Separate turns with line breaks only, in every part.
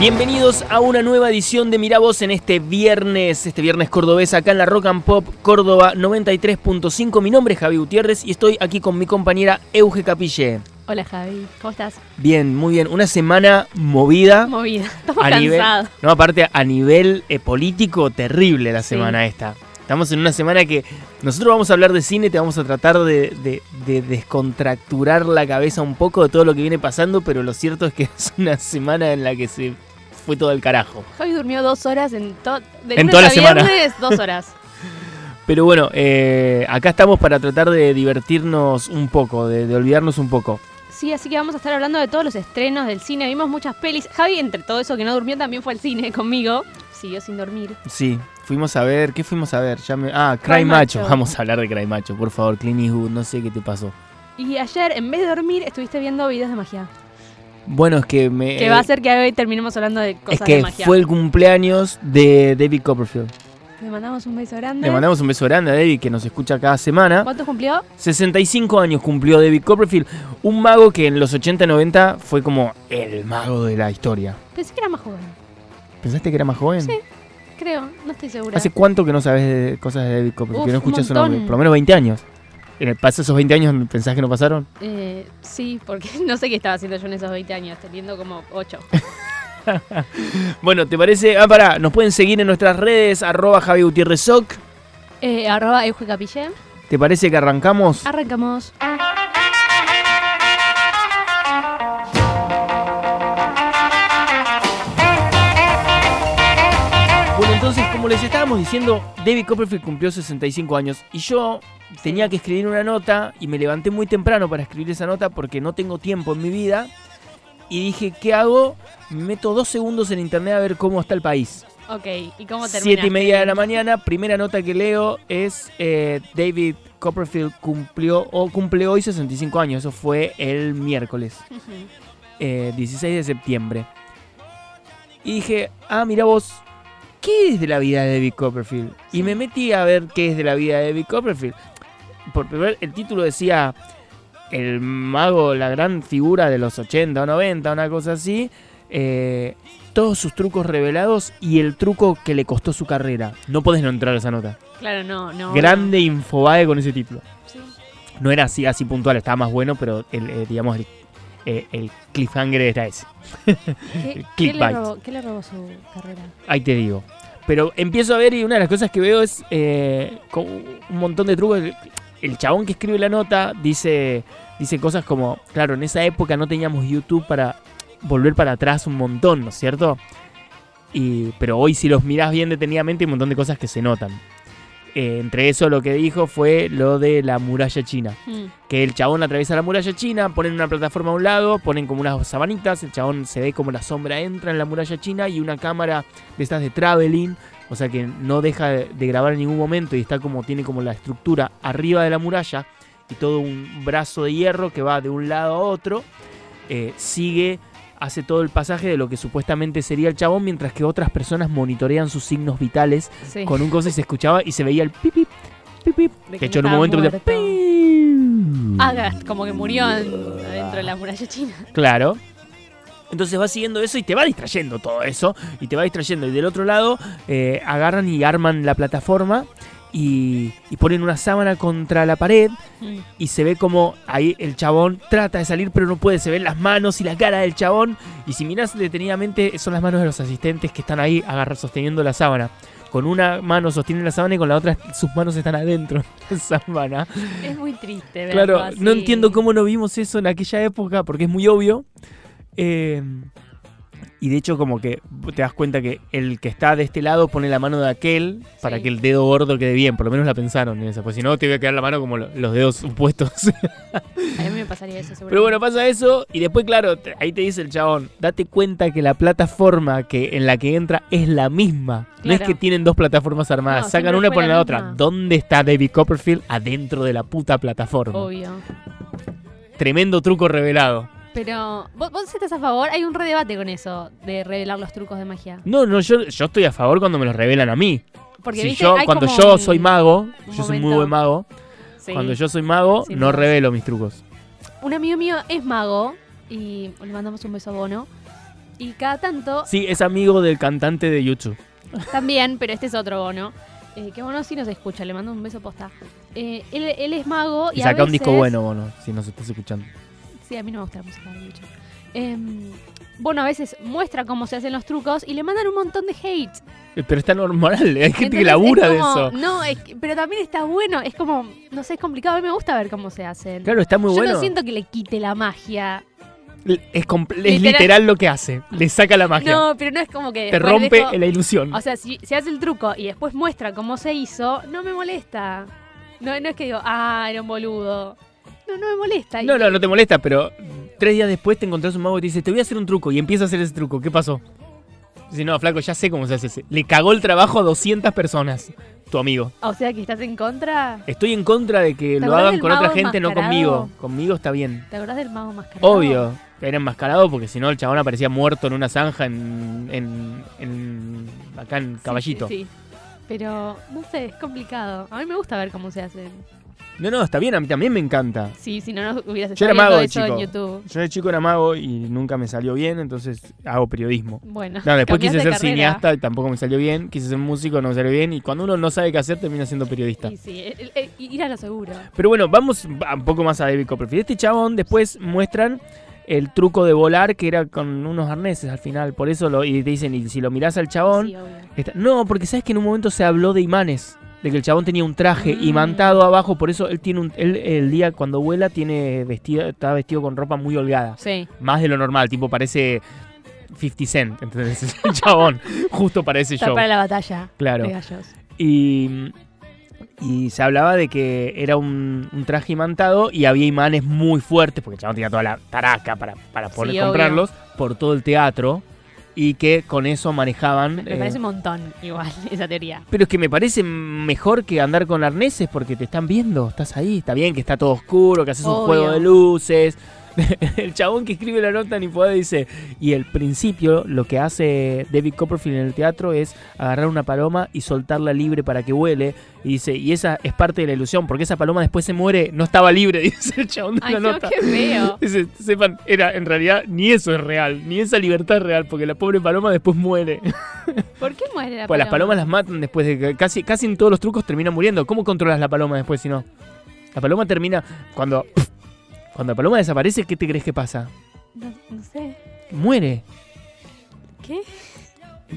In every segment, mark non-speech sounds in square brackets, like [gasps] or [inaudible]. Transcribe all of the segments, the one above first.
Bienvenidos a una nueva edición de Miravoz en este viernes, este viernes cordobés acá en la Rock and Pop Córdoba 93.5. Mi nombre es Javi Gutiérrez y estoy aquí con mi compañera Euge Capille.
Hola Javi, ¿cómo estás?
Bien, muy bien. Una semana movida.
Movida, [laughs] estamos
a nivel,
cansados.
no, aparte a nivel eh, político terrible la
Sí.
semana esta. Estamos en una semana que nosotros vamos a hablar de cine, te vamos a tratar de, de- de descontracturar la cabeza un poco de todo lo que viene pasando, pero lo cierto es que [laughs] es una semana en la que se fue todo al carajo.
Javi durmió dos horas en, to- de
En
lunes
toda la
a
semana.
viernes,
[laughs]
dos horas.
Pero bueno, eh, acá estamos para tratar de divertirnos un poco, de, de olvidarnos un poco.
Sí, así que vamos a estar hablando de todos los estrenos del cine. Vimos muchas pelis. Javi, entre todo eso que no durmió, también fue al cine conmigo. Siguió sin dormir.
Sí, fuimos a ver, ¿qué fuimos a ver? Ya me- ah, Cry,
Cry
Macho.
Macho.
Vamos a hablar de Cry Macho, por favor, Clint Eastwood, no sé qué te pasó.
Y ayer, en vez de dormir, estuviste viendo videos de magia.
Bueno, es que me...
que va a hacer que hoy terminemos hablando de cosas
Eh, Es que
de magia.
fue el cumpleaños de David Copperfield.
Le mandamos un beso grande.
Le mandamos un beso grande a David que nos escucha cada semana.
¿Cuántos cumplió?
65 años cumplió David Copperfield, un mago que en los 80-90 fue como el mago de la historia.
Pensé que era más joven.
¿Pensaste que era más joven?
Sí, Creo, no estoy segura.
¿Hace cuánto que no sabes de cosas de David Copperfield?
Uf,
que no
un
escuchas su
montón.
nombre. Por lo menos 20 años. En el paso de esos 20 años pensás que no pasaron.
Eh, sí, porque [laughs] no sé qué estaba haciendo yo en esos 20 años, teniendo como 8.
Bueno, ¿te parece? Ah, pará, nos pueden seguir en nuestras redes, arroba Javi Gutiérrez Soc.
Eh, arroba Euge Capille.
¿Te parece que arrancamos?
Ah. Arrancamos.
Bueno, entonces, como les estábamos diciendo, David Copperfield cumplió 65 años y yo tenía que escribir una nota y me levanté muy temprano para escribir esa nota porque no tengo tiempo en mi vida y dije, ¿qué hago? Me meto dos segundos en internet a ver cómo está el país.
Ok, ¿y cómo termina?
Siete y media de la mañana, primera nota que leo es eh, David Copperfield cumplió o cumple hoy 65 años, eso fue el miércoles
Ujú.
eh, 16 de septiembre. Y dije, ah, mira vos, ¿qué es de la vida de David Copperfield? Y
Sí.
me metí a ver qué es de la vida de David Copperfield. Por primer, el título decía El mago, la gran figura de los 80 o 90, una cosa así. eh, todos sus trucos revelados y el truco que le costó su carrera. No podés no entrar a esa nota.
[laughs] Claro, no, no.
Grande infobae con ese título
Sí.
no era así, así puntual, estaba más bueno, pero el, eh, digamos el, eh, el cliffhanger era ese.
¿Qué,
Clickbait.
qué le robó, qué le robó su carrera?
Ahí te digo. Pero empiezo a ver y una de las cosas que veo es eh, como un montón de trucos. El, el chabón que escribe la nota dice, dice cosas como, claro, en esa época no teníamos YouTube para volver para atrás un montón, ¿no es cierto? Y, pero hoy si los mirás bien detenidamente hay un montón de cosas que se notan. Eh, entre eso lo que dijo fue lo de la muralla china.
Mm,
que el chabón atraviesa la muralla china, ponen una plataforma a un lado, ponen como unas sabanitas, el chabón se ve como la sombra entra en la muralla china y una cámara de estas de traveling, o sea que no deja de, de grabar en ningún momento y está como tiene como la estructura arriba de la muralla y todo un brazo de hierro que va de un lado a otro, eh, sigue hace todo el pasaje de lo que supuestamente sería el chabón mientras que otras personas monitorean sus signos vitales
sí.
con un coso y se escuchaba y se veía el pip pip pip pip
De
que
que
hecho en un
estaba
momento
muerto.
¡pim!
Ah, gas- como que murió en- adentro de la muralla china.
Claro. Entonces va siguiendo eso y te va distrayendo todo eso. Y te va distrayendo. Y del otro lado eh, agarran y arman la plataforma y, y ponen una sábana contra la pared.
Mm.
Y se ve como ahí el chabón trata de salir pero no puede. Se ven las manos y la cara del chabón. Y si miras detenidamente son las manos de los asistentes que están ahí agarra- sosteniendo la sábana. Con una mano sostienen la sábana y con la otra sus manos están adentro de la sábana.
[laughs] Es muy triste, ¿verdad?
Claro, no entiendo cómo no vimos eso en aquella época, porque es muy obvio. Eh, y de hecho, como que te das cuenta que el que está de este lado pone la mano de aquel para
Sí.
que el dedo gordo quede bien. Por lo menos la pensaron en esa, pues si no, te voy a quedar la mano como lo- los dedos opuestos. [laughs]
A mí me pasaría eso, seguro.
Pero bueno, pasa eso. Y después, claro, te- ahí te dice el chabón: date cuenta que la plataforma que, en la que entra es la misma. No es
Claro.
que tienen dos plataformas armadas,
No,
sacan
siempre
una y
fue
ponen
la
la otra.
misma.
¿Dónde está David Copperfield? Adentro de la puta plataforma.
Obvio.
Tremendo truco revelado.
Pero, ¿vos, vos estás a favor? Hay un redebate con eso, de revelar los trucos de magia.
No, no, yo, yo estoy a favor cuando me los revelan a mí.
Porque,
si
viste,
yo,
hay
cuando
como
yo
un-
soy mago, yo soy muy
momento.
buen mago,
Sí.
cuando yo soy mago,
Sin
no
dudas.
revelo mis trucos.
Un amigo mío es mago y le mandamos un beso a Bono. Y
[laughs]
cada tanto
Sí, es amigo del cantante de YouTube.
También, pero este es otro bono. Eh, que Bono sí nos escucha, le mando un beso posta. Eh, él, él es mago Oh, y,
Y
a
saca un disco
veces-
bueno, Bono, si nos estás escuchando.
Sí, a mí no me gusta la música de mucho. Em, Bono a veces muestra cómo se hacen los trucos y le mandan un montón de hate.
Eh, Pero está normal, hay gente que
Entonces,
labura
es
de
como-
eso.
No, es que- pero también está bueno. Es como, no sé, es complicado. A mí me gusta ver cómo se hacen.
Claro, está muy
Yo
bueno.
no siento que le quite la magia.
L- Es, comple- es
Literal.
literal. lo que hace. Le saca la magia.
No, pero no es como que.
Te
después
rompe
dejo-
la ilusión.
O sea, si se hace el truco y después muestra cómo se hizo, no me molesta. No, no es que digo, ah, era un boludo. No, no me molesta. Y-
No, no, no te molesta, pero tres días después te encontrás un mago y te dice, te voy a hacer un truco. Y empieza a hacer ese truco. ¿Qué pasó? Dice, no, flaco, ya sé cómo se hace ese. Le cagó el trabajo a 200 personas, tu amigo.
O sea, que estás en contra.
Estoy en contra de que
¿Te
lo
acordás
hagan
del
con otra
mago
gente, no
enmascarado?
conmigo. Conmigo está bien.
¿Te acordás del mago mascarado?
Obvio. Era enmascarado porque si no el chabón aparecía muerto en una zanja en, en- en- acá en
Sí,
Caballito.
Sí, sí. Pero, no sé, es complicado. A mí me gusta ver cómo se hacen.
No, no, está bien, a mí también me encanta.
Sí, si no, no hubieras
Yo
estado
era
viendo
mago de
eso
chico.
en YouTube.
Yo de chico era mago y nunca me salió bien, entonces hago periodismo.
Bueno.
No, después quise ser
cambiaste de carrera.
cineasta y tampoco me salió bien. Quise ser músico, no me salió bien. Y cuando uno no sabe qué hacer, termina siendo periodista.
Sí, sí, el- el- el- ir a lo seguro.
Pero bueno, vamos a- un poco más a David Copperfield. Este chabón después muestran el truco de volar que era con unos arneses al final. Por eso lo, y te dicen, y si lo mirás al chabón,
Sí, obvio.
Está- No, porque sabes que en un momento se habló de imanes, de que el chabón tenía un traje
Mm.
imantado abajo, por eso él tiene un, él, el día cuando vuela tiene vestido, está vestido con ropa muy holgada,
Sí.
más de lo normal, tipo parece 50 Cent, [laughs] entonces el chabón justo para ese
Está
show,
para la batalla
claro.
de gallos.
Y, y se hablaba de que era un, un traje imantado y había imanes muy fuertes, porque el chabón tenía toda la taraca para, para poder
Sí, obvio.
comprarlos, por todo el teatro, y que con eso manejaban...
Me
eh,
parece un montón, igual, [laughs] esa teoría.
Pero es que me parece mejor que andar con arneses porque te están viendo, estás ahí, está bien que está todo oscuro, que haces un
Obvio.
juego de luces. [laughs] el chabón que escribe la nota en Infobae dice, y el principio lo que hace David Copperfield en el teatro es agarrar una paloma y soltarla libre para que vuele. Y dice, y esa es parte de la ilusión, porque esa paloma después se muere, no estaba libre, [laughs] dice el chabón de [laughs]
Ay,
la
no,
nota.
qué feo.
Dice, sepan, era en realidad ni eso es real, ni esa libertad es real, porque la pobre paloma después muere.
¿Por qué muere la
Pues las
paloma?
palomas las matan después de que casi, casi en todos los trucos terminan muriendo. ¿Cómo controlas la paloma después si no? La paloma termina cuando cuando la paloma desaparece, ¿qué te crees que pasa?
No, no sé.
Muere.
¿Qué?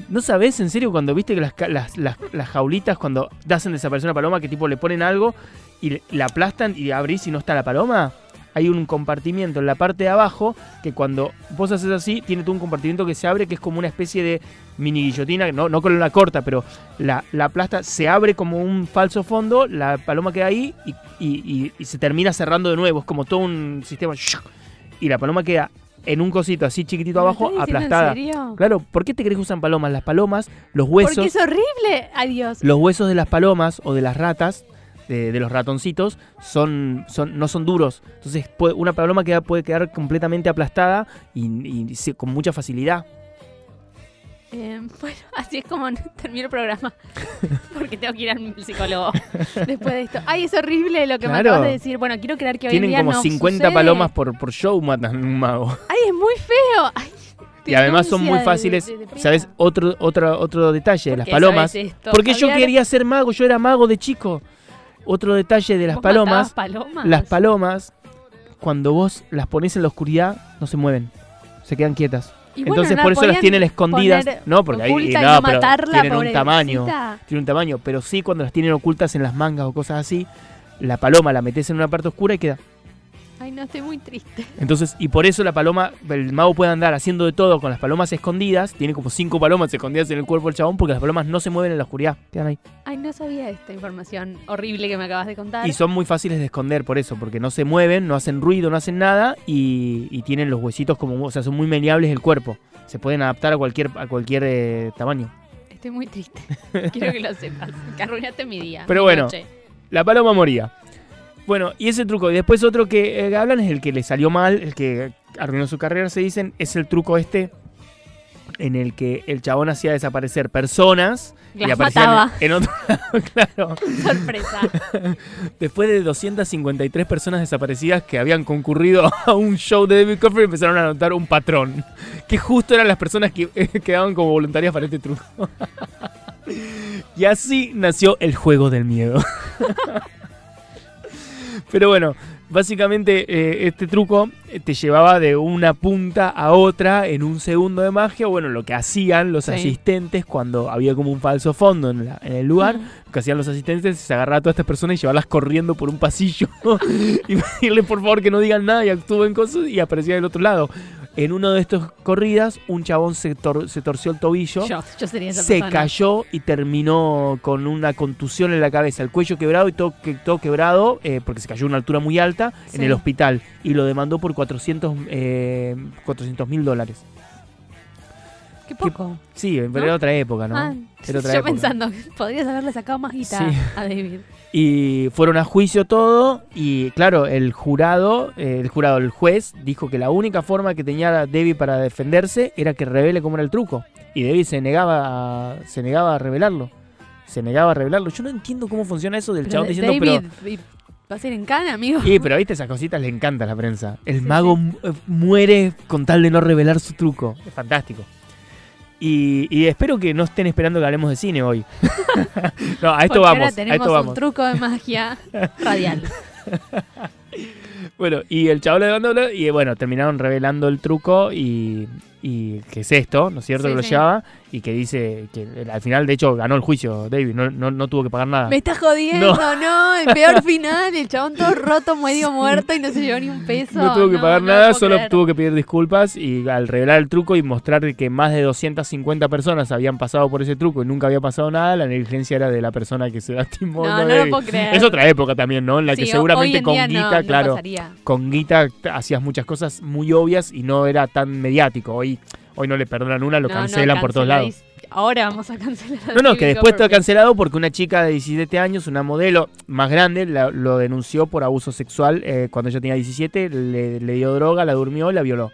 ¿No sabes en serio cuando viste que las, ca- las, las- las jaulitas cuando hacen desaparecer una paloma que tipo le ponen algo y le- la aplastan y abrís y no está la paloma? Hay un compartimiento en la parte de abajo que cuando vos haces así, tiene todo un compartimiento que se abre que es como una especie de mini guillotina, no, no con una corta, pero la, la aplasta, se abre como un falso fondo, la paloma queda ahí y, y- y- y se termina cerrando de nuevo. Es como todo un sistema. Y la paloma queda en un cosito así chiquitito abajo,
¿Me lo estás diciendo
aplastada.
¿En serio?
Claro, ¿por qué te crees que usan palomas? Las palomas, los
Porque
huesos,
es horrible. Adiós.
los huesos de las palomas o de las ratas, de, de los ratoncitos, son, son, no son duros. Entonces puede- una paloma queda, puede quedar completamente aplastada y, y se- con mucha facilidad.
Eh, bueno, [laughs] así es como termino
[laughs]
el programa. Porque tengo que ir al psicólogo después de esto. Ay, es horrible lo que me
Claro.
acabas de decir. Bueno, quiero creer que hoy en
Tienen
día
como
no
50
sucede.
palomas por, por show, matan un mago.
Ay, es muy feo. Ay,
Y además son
denuncia
muy
de-
fáciles.
de- de pena.
¿Sabes? Otro, otro, otro detalle de
¿Por
las
qué
palomas.
sabes esto,
Porque yo
Javier?
quería ser mago, yo era mago de chico. Otro detalle de las
¿Vos
palomas
matabas palomas.
Las palomas, cuando vos las pones en la oscuridad, no se mueven. Se quedan quietas.
Y bueno,
Entonces
no
por eso las
podían
tienen escondidas.
poner
No, porque ahí
oculta
y
y
no,
no
pero
matarla,
tienen un
pobrecita.
tamaño. Tienen un tamaño. Pero sí cuando las tienen ocultas en las mangas o cosas así, la paloma la metes en una parte oscura y queda.
Ay, no, estoy muy triste.
Entonces, y por eso la paloma, el mago puede andar haciendo de todo con las palomas escondidas. Tiene como cinco palomas escondidas en el cuerpo del chabón porque las palomas no se mueven en la oscuridad. Quedan ahí.
Ay, no sabía esta información horrible que me acabas de contar.
Y son muy fáciles de esconder por eso, porque no se mueven, no hacen ruido, no hacen nada y, y tienen los huesitos como, o sea, son muy meneables el cuerpo. Se pueden adaptar a cualquier a cualquier eh, tamaño.
Estoy muy triste. [laughs] Quiero que lo sepas. Que arruinaste mi día.
Pero
mi
bueno.
noche.
La paloma moría. Bueno, y ese truco. Y después otro que eh, hablan es el que le salió mal, el que arruinó su carrera, se dicen, es el truco este en el que el chabón hacía desaparecer personas y
Las
aparecían
mataba.
en otro [laughs] lado, claro. [laughs]
Sorpresa.
Después de 253 personas desaparecidas que habían concurrido [laughs] a un show de David Copperfield, empezaron a notar un patrón. Que justo eran las personas que eh, [laughs] quedaban como voluntarias para este truco. [laughs] Y así nació el juego del miedo. [laughs] Pero bueno, básicamente eh, este truco eh, te llevaba de una punta a otra en un segundo de magia. Bueno, lo que hacían los
Sí.
asistentes cuando había como un falso fondo en, la- en el lugar, lo que hacían los asistentes es agarrar a todas estas personas y llevarlas corriendo por un pasillo [laughs] y pedirle por favor que no digan nada y actúen cosas y aparecía del otro lado. En una de estas corridas, un chabón se, tor- se torció el tobillo
Yo, yo sería esa
se
persona.
cayó y terminó con una contusión en la cabeza, el cuello quebrado y todo, que- todo quebrado, eh, porque se cayó a una altura muy alta, en
Sí.
el hospital. Y lo demandó por 400 mil dólares.
Qué poco.
Sí, pero
¿No?
era otra época, ¿no?
Ah,
Era
yo
otra época.
pensando que podrías haberle sacado más guita
Sí.
a David.
Y fueron a juicio todo y claro, el jurado, eh, el jurado, el juez dijo que la única forma que tenía Debbie para defenderse era que revele cómo era el truco. Y Debbie se negaba a, se negaba a revelarlo. Se negaba a revelarlo. Yo no entiendo cómo funciona eso del
Pero
chabón
de-
diciendo, pero
David, y- vas a ir en cana, amigo.
Y pero viste, esas cositas le encanta a la prensa. El mago mu- eh, muere con tal de no revelar su truco. Es fantástico. Y, y espero que no estén esperando que hablemos de cine hoy. [laughs] no, a esto
Porque Ahora
vamos. A
tenemos
esto
un
vamos.
truco
[laughs]
de magia radial.
Bueno, y el chaval de Bandola, y eh, bueno, terminaron revelando el truco y, y que es esto, ¿no es cierto?
Sí,
que lo
sí.
llevaba y que dice que eh, al final, de hecho, ganó el juicio David, no, no, no tuvo que pagar nada.
Me estás jodiendo, no. el peor final, el chabón todo roto,
[laughs]
medio muerto y no se llevó ni un peso.
No tuvo que pagar
no lo
nada,
puedo
solo
creer.
tuvo que pedir disculpas y al revelar el truco y mostrar que más de 250 personas habían pasado por ese truco y nunca había pasado nada, la negligencia era de la persona que se lastimó.
No,
no
no
de-
lo puedo creer.
es otra época también, ¿no? En la que
Sí, ho- hoy
seguramente
en
con
día no-
guita,
no
claro,
pasaría.
con guita t- hacías muchas cosas muy obvias y no era tan mediático. Hoy, hoy no le perdonan una, lo
No, no,
cancelan por todos lados.
canceláis. Ahora vamos a cancelar. a
No, no,
David
que después todo
Copperfield.
cancelado porque una chica de 17 años, una modelo más grande, la- lo denunció por abuso sexual eh, cuando ella tenía 17, le, le dio droga, la durmió y la violó.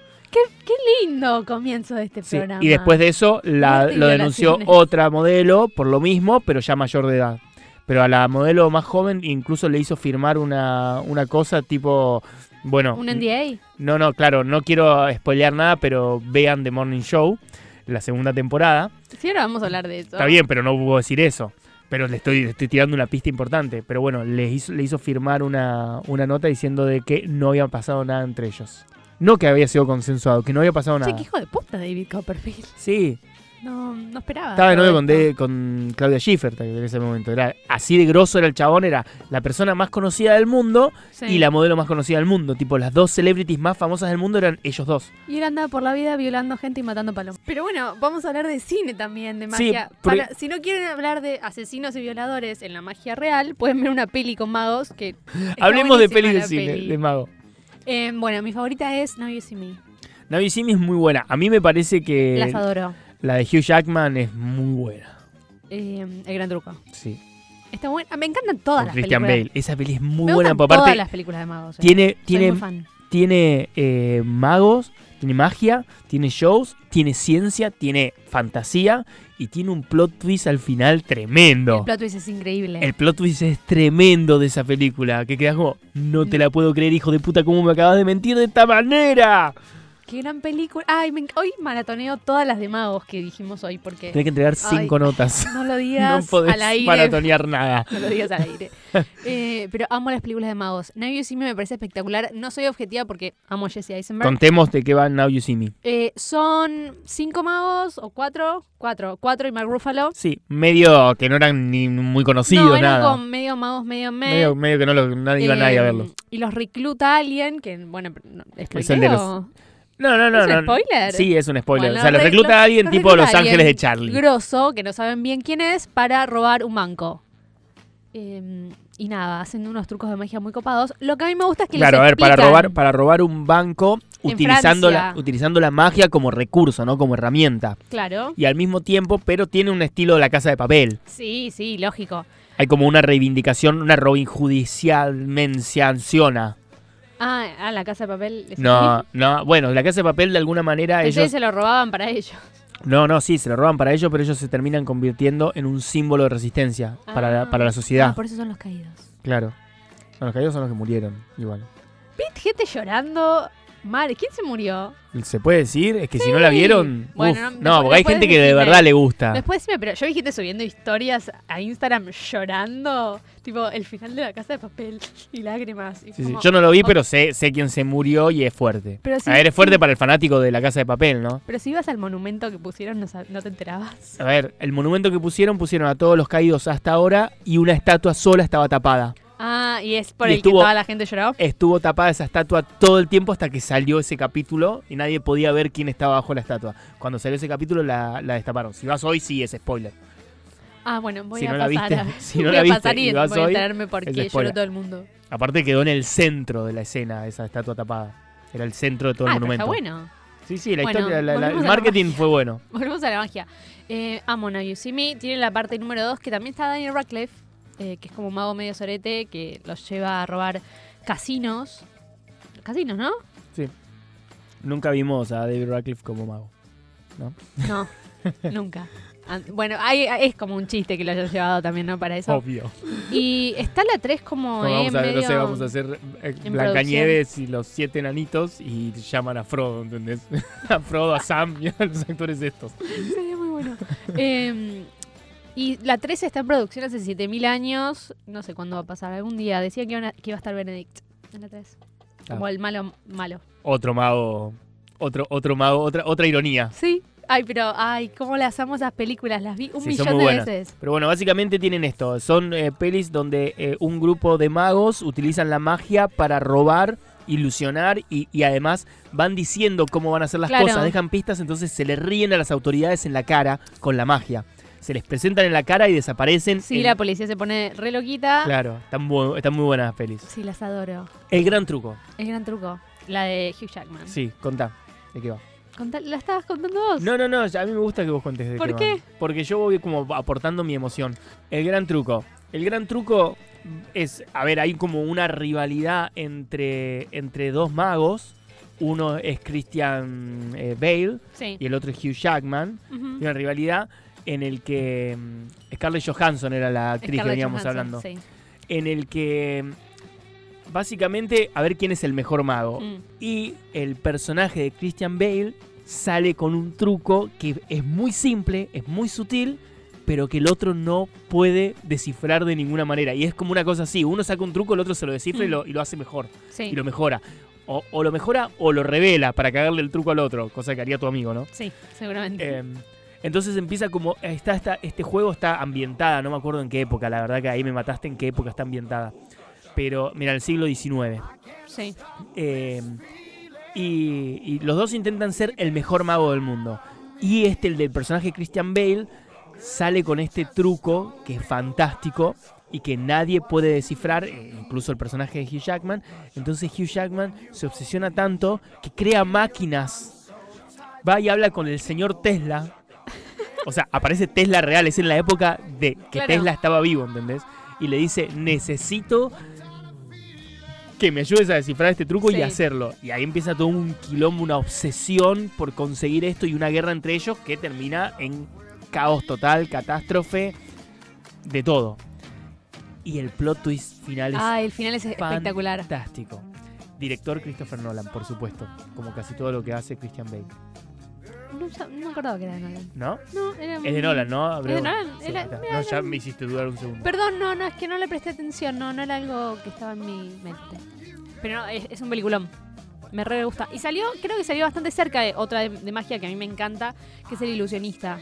Lindo comienzo de este
Sí,
programa.
Y después de eso la-
Muerte y
lo denunció
violaciones.
otra modelo por lo mismo, pero ya mayor de edad. Pero a la modelo más joven incluso le hizo firmar una, una cosa tipo, bueno,
Un NDA.
no, no, claro, no quiero spoilear nada, pero vean The Morning Show, la segunda temporada.
Sí, ahora vamos a hablar de eso.
Está bien, pero no puedo decir eso. Pero le estoy, le estoy tirando una pista importante. Pero bueno, le hizo, le hizo firmar una, una nota diciendo de que no había pasado nada entre ellos. No que había sido consensuado, que no había pasado
Che,
nada.
qué hijo de puta David Copperfield.
Sí,
Ah, No, no esperaba.
estaba de
todo
novio con,
esto.
de- con Claudia Schiffer también en ese momento. Era así de grosso era el chabón, era la persona más conocida del mundo
Sí.
y la modelo más conocida del mundo. Tipo, las dos celebrities más famosas del mundo eran ellos dos.
Y él andaba por la vida violando gente y matando palomas. Pero bueno, vamos a hablar de cine también, de
Sí,
magia.
porque-
Para- si no quieren hablar de asesinos y violadores en la magia real, pueden ver una peli con magos
[laughs]
que... está
Hablemos de
buenísima
pelis de
la
cine,
peli.
de mago.
Eh, bueno, mi favorita es No You See Me.
Navi Simi es muy buena. A mí me parece que
Las adoro.
la de Hugh Jackman es muy buena.
Eh, el gran truco.
Sí.
Está buena. Me encantan todas
con
las
Christian
películas.
Bale. Esa peli es
Me
muy
gustan
buena. porque
todas
Aparte,
las películas de magos. eh.
tiene,
Soy
tiene,
muy fan.
tiene eh, magos, tiene magia, tiene shows, tiene ciencia, tiene fantasía y tiene un plot twist al final
El
tremendo.
plot twist es increíble.
El plot twist es tremendo de esa película. Que quedas como, no te la puedo creer, hijo de puta, ¿cómo me acabas de mentir de esta manera?
Qué gran película. Ay, me enc- hoy maratoneo todas las de magos que dijimos hoy porque...
Tenés que entregar cinco notas.
No
[laughs]
lo
No
digas
podés
al aire.
maratonear nada.
[laughs] No lo digas al aire.
[laughs]
Eh, pero amo las películas de magos. Now You See Me me parece espectacular. No soy objetiva porque amo a Jesse Eisenberg.
Contemos de qué va Now You See Me.
Eh, son cinco magos o cuatro. Cuatro. Cuatro y Mark Ruffalo.
Sí, medio que no eran ni muy conocidos,
no, eran
nada.
con medio magos, medio men.
Medio, medio que no lo, nadie iba a nadie a
Eh,
verlo.
Y los recluta alguien que, bueno, no,
Es el de los- No, no, no.
¿Es un
no.
spoiler?
Sí, es un spoiler.
Bueno,
o sea, lo
re-
recluta a alguien
los
tipo
recluta
Los
a
Ángeles de
alguien
Charlie.
grosso, que no saben bien quién es, para robar un banco. Eh, y nada, hacen unos trucos de magia muy copados. Lo que a mí me gusta es que les
Claro, a ver, para
explican.
robar, para robar un banco
En
utilizando la,
Francia.
utilizando la magia como recurso, ¿no? Como herramienta.
Claro.
Y al mismo tiempo, pero tiene un estilo de la casa de papel.
Sí, sí, lógico.
Hay como una reivindicación, una Robin judicialmente anciana.
Ah, ah, la casa de papel. ¿es
No,
así?
no, bueno, la casa de papel de alguna manera
Pensé que
ellos
se lo robaban para ellos.
No, no, sí, se lo roban para ellos, pero ellos se terminan convirtiendo en un símbolo de resistencia para,
Ah.
la, para la sociedad.
Ah, por eso son los caídos.
Claro. No, los caídos son los que murieron, igual.
Pit, gente llorando. Madre, ¿quién se murió?
¿Se puede decir? Es que si no la vieron.
Bueno,
uf,
no,
no,
después-
porque hay
después
gente que de
decime.
verdad le gusta.
Después decime, pero yo vi gente subiendo historias a Instagram llorando. Tipo, el final de la casa de papel y lágrimas.
Sí,
Y
sí,
como-
Yo no lo vi, pero sé, sé quién se murió y es fuerte.
Pero sí,
a ver, es fuerte
sí.
para el fanático de la casa de papel, ¿no?
Pero si ibas al monumento que pusieron, no, sab- no te enterabas.
A ver, el monumento que pusieron, pusieron a todos los caídos hasta ahora y una estatua sola estaba tapada.
Ah, y es por
Y
el
estuvo- Eh,
que toda la gente lloró.
Estuvo tapada esa estatua todo el tiempo hasta que salió ese capítulo y nadie podía ver quién estaba bajo la estatua. Cuando salió ese capítulo la, la destaparon. Si vas hoy, sí, es spoiler.
Ah, bueno, voy
Si
a
no la
pasar
viste-
a ver.
[laughs] si no
voy
la
a
viste
pasar y,
y vas
voy a
hoy,
enterarme por
es
qué lloró
spoiler.
todo el mundo.
Aparte quedó en el centro de la escena esa estatua tapada. Era el centro de todo
ah,
el
pero está
monumento.
bueno.
Sí, sí, la
Bueno,
historia, la- la-
volvemos
el
a la
marketing fue bueno.
Volvemos a la magia. Eh, amo Now You See Me. Tiene la parte número 2 que también está Daniel Radcliffe, eh, que es como un mago medio sorete que los lleva a robar casinos. Casinos, ¿no?
Nunca vimos a David Radcliffe como mago. [laughs]
No, nunca. An- Bueno, hay- es como un chiste que lo hayas llevado también, ¿no? Para eso.
Obvio.
Y está la 3 como
No,
eh,
vamos a, no
medio-
sé, vamos a hacer eh,
en
Blancanieves y los siete enanitos y llaman a Frodo, ¿entendés? [laughs] A Frodo, a Sam y a los actores estos.
Sería muy bueno. Eh, y la 13 está en producción hace 7000 años. No sé cuándo va a pasar. Algún día. Decía que iban a- que iba a, estar Benedict en la 3. Como
Ah.
el malo malo.
Otro mago, otro, otro mago, otra, otra ironía.
Sí. Ay, pero, ay, cómo las amo esas películas. Las vi un
Sí, son
millón
muy
de
buenas.
veces.
Pero bueno, básicamente tienen esto. Son eh, pelis donde eh, un grupo de magos utilizan la magia para robar, ilusionar y, y además van diciendo cómo van a hacer las
Claro.
cosas. Dejan pistas, entonces se le ríen a las autoridades en la cara con la magia. Se les presentan en la cara y desaparecen.
Sí,
en-
la policía se pone re loquita.
Claro, están, bu- están muy buenas las pelis.
Sí, las adoro.
El gran truco.
El gran truco. La de Hugh Jackman.
Sí, contá. ¿De qué va?
Contá- ¿La estabas contando vos?
No, no, no, a mí me gusta que vos contes de
¿Por
va.
qué?
Porque yo voy como aportando mi emoción. El gran truco. El gran truco es, a ver, hay como una rivalidad entre, entre dos magos. Uno es Christian eh, Bale
Sí.
y el otro es Hugh Jackman.
Ujú.
Y una rivalidad en el que mm, Scarlett Johansson era la actriz que
Scarlett
veníamos
Johansson,
hablando.
sí.
En el que mm, básicamente a ver quién es el mejor mago.
Mm.
Y el personaje de Christian Bale sale con un truco que es muy simple, es muy sutil, pero que el otro no puede descifrar de ninguna manera. Y es como una cosa así, uno saca un truco, el otro se lo descifra y,
Mm.
lo, y lo hace mejor,
Sí.
y lo mejora. O, o lo mejora o lo revela para cagarle el truco al otro, cosa que haría tu amigo, ¿no?
Sí, seguramente.
Eh, entonces empieza como. Está, está, este juego está ambientada, no me acuerdo en qué época, la verdad que ahí me mataste en qué época está ambientada. Pero mira, el siglo XIX.
sí.
Eh, y, y los dos intentan ser el mejor mago del mundo. Y este, el del personaje Christian Bale, sale con este truco que es fantástico y que nadie puede descifrar, eh, incluso el personaje de Hugh Jackman. Entonces Hugh Jackman se obsesiona tanto que crea máquinas. Va y habla con el señor Tesla. O sea, aparece Tesla real, es en la época de que
Claro.
Tesla estaba vivo, ¿entendés? Y le dice, necesito que me ayudes a descifrar este truco
Sí.
y hacerlo. Y ahí empieza todo un quilombo, una obsesión por conseguir esto y una guerra entre ellos que termina en caos total, catástrofe, de todo. Y el plot twist final es
Ah, el final es espectacular.
fantástico. Director Christopher Nolan, por supuesto, como casi todo lo que hace Christian Bale,
No, sab- no me acordaba que era de Nolan.
¿no?
No, era
Es de Nolan, ¿no? Abreu?
Es de Nolan,
Sí,
era-
está.
mira,
No,
era-
ya me hiciste dudar un segundo.
Perdón, no, no, es que no le presté atención, no, no era algo que estaba en mi mente. Pero no, es, es un peliculón. Me re gusta. Y salió, creo que salió bastante cerca de otra de, de magia que a mí me encanta, que es el ilusionista.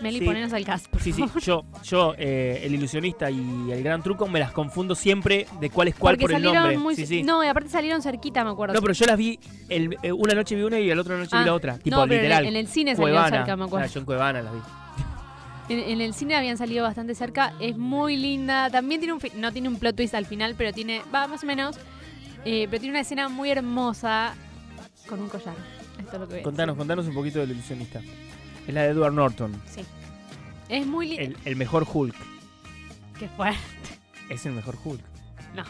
Meli,
Sí.
ponenos al cast, por
Sí, sí,
favor.
yo, yo eh, el ilusionista y el gran truco me las confundo siempre de cuál es cuál
Porque
por el
salieron
nombre.
muy.
Sí, sí.
No, y aparte salieron cerquita, me acuerdo.
No, pero yo las vi, el- eh, una noche vi una y la otra noche
Ah,
vi la otra. Tipo,
No, pero en el-
literal.
en el cine salieron
Cuevana.
cerca, me acuerdo.
Ah, yo en Cuevana las vi.
En, en el cine habían salido bastante cerca. Es muy linda. También tiene un fi- no tiene un plot twist al final, pero tiene va más o menos. Eh, pero tiene una escena muy hermosa con un collar. Esto es lo que voy a
Contanos,
decir.
contanos un poquito del ilusionista. Es la de Edward Norton,
Es muy linda.
el, el mejor Hulk.
Que fue.
Es el mejor Hulk.
No.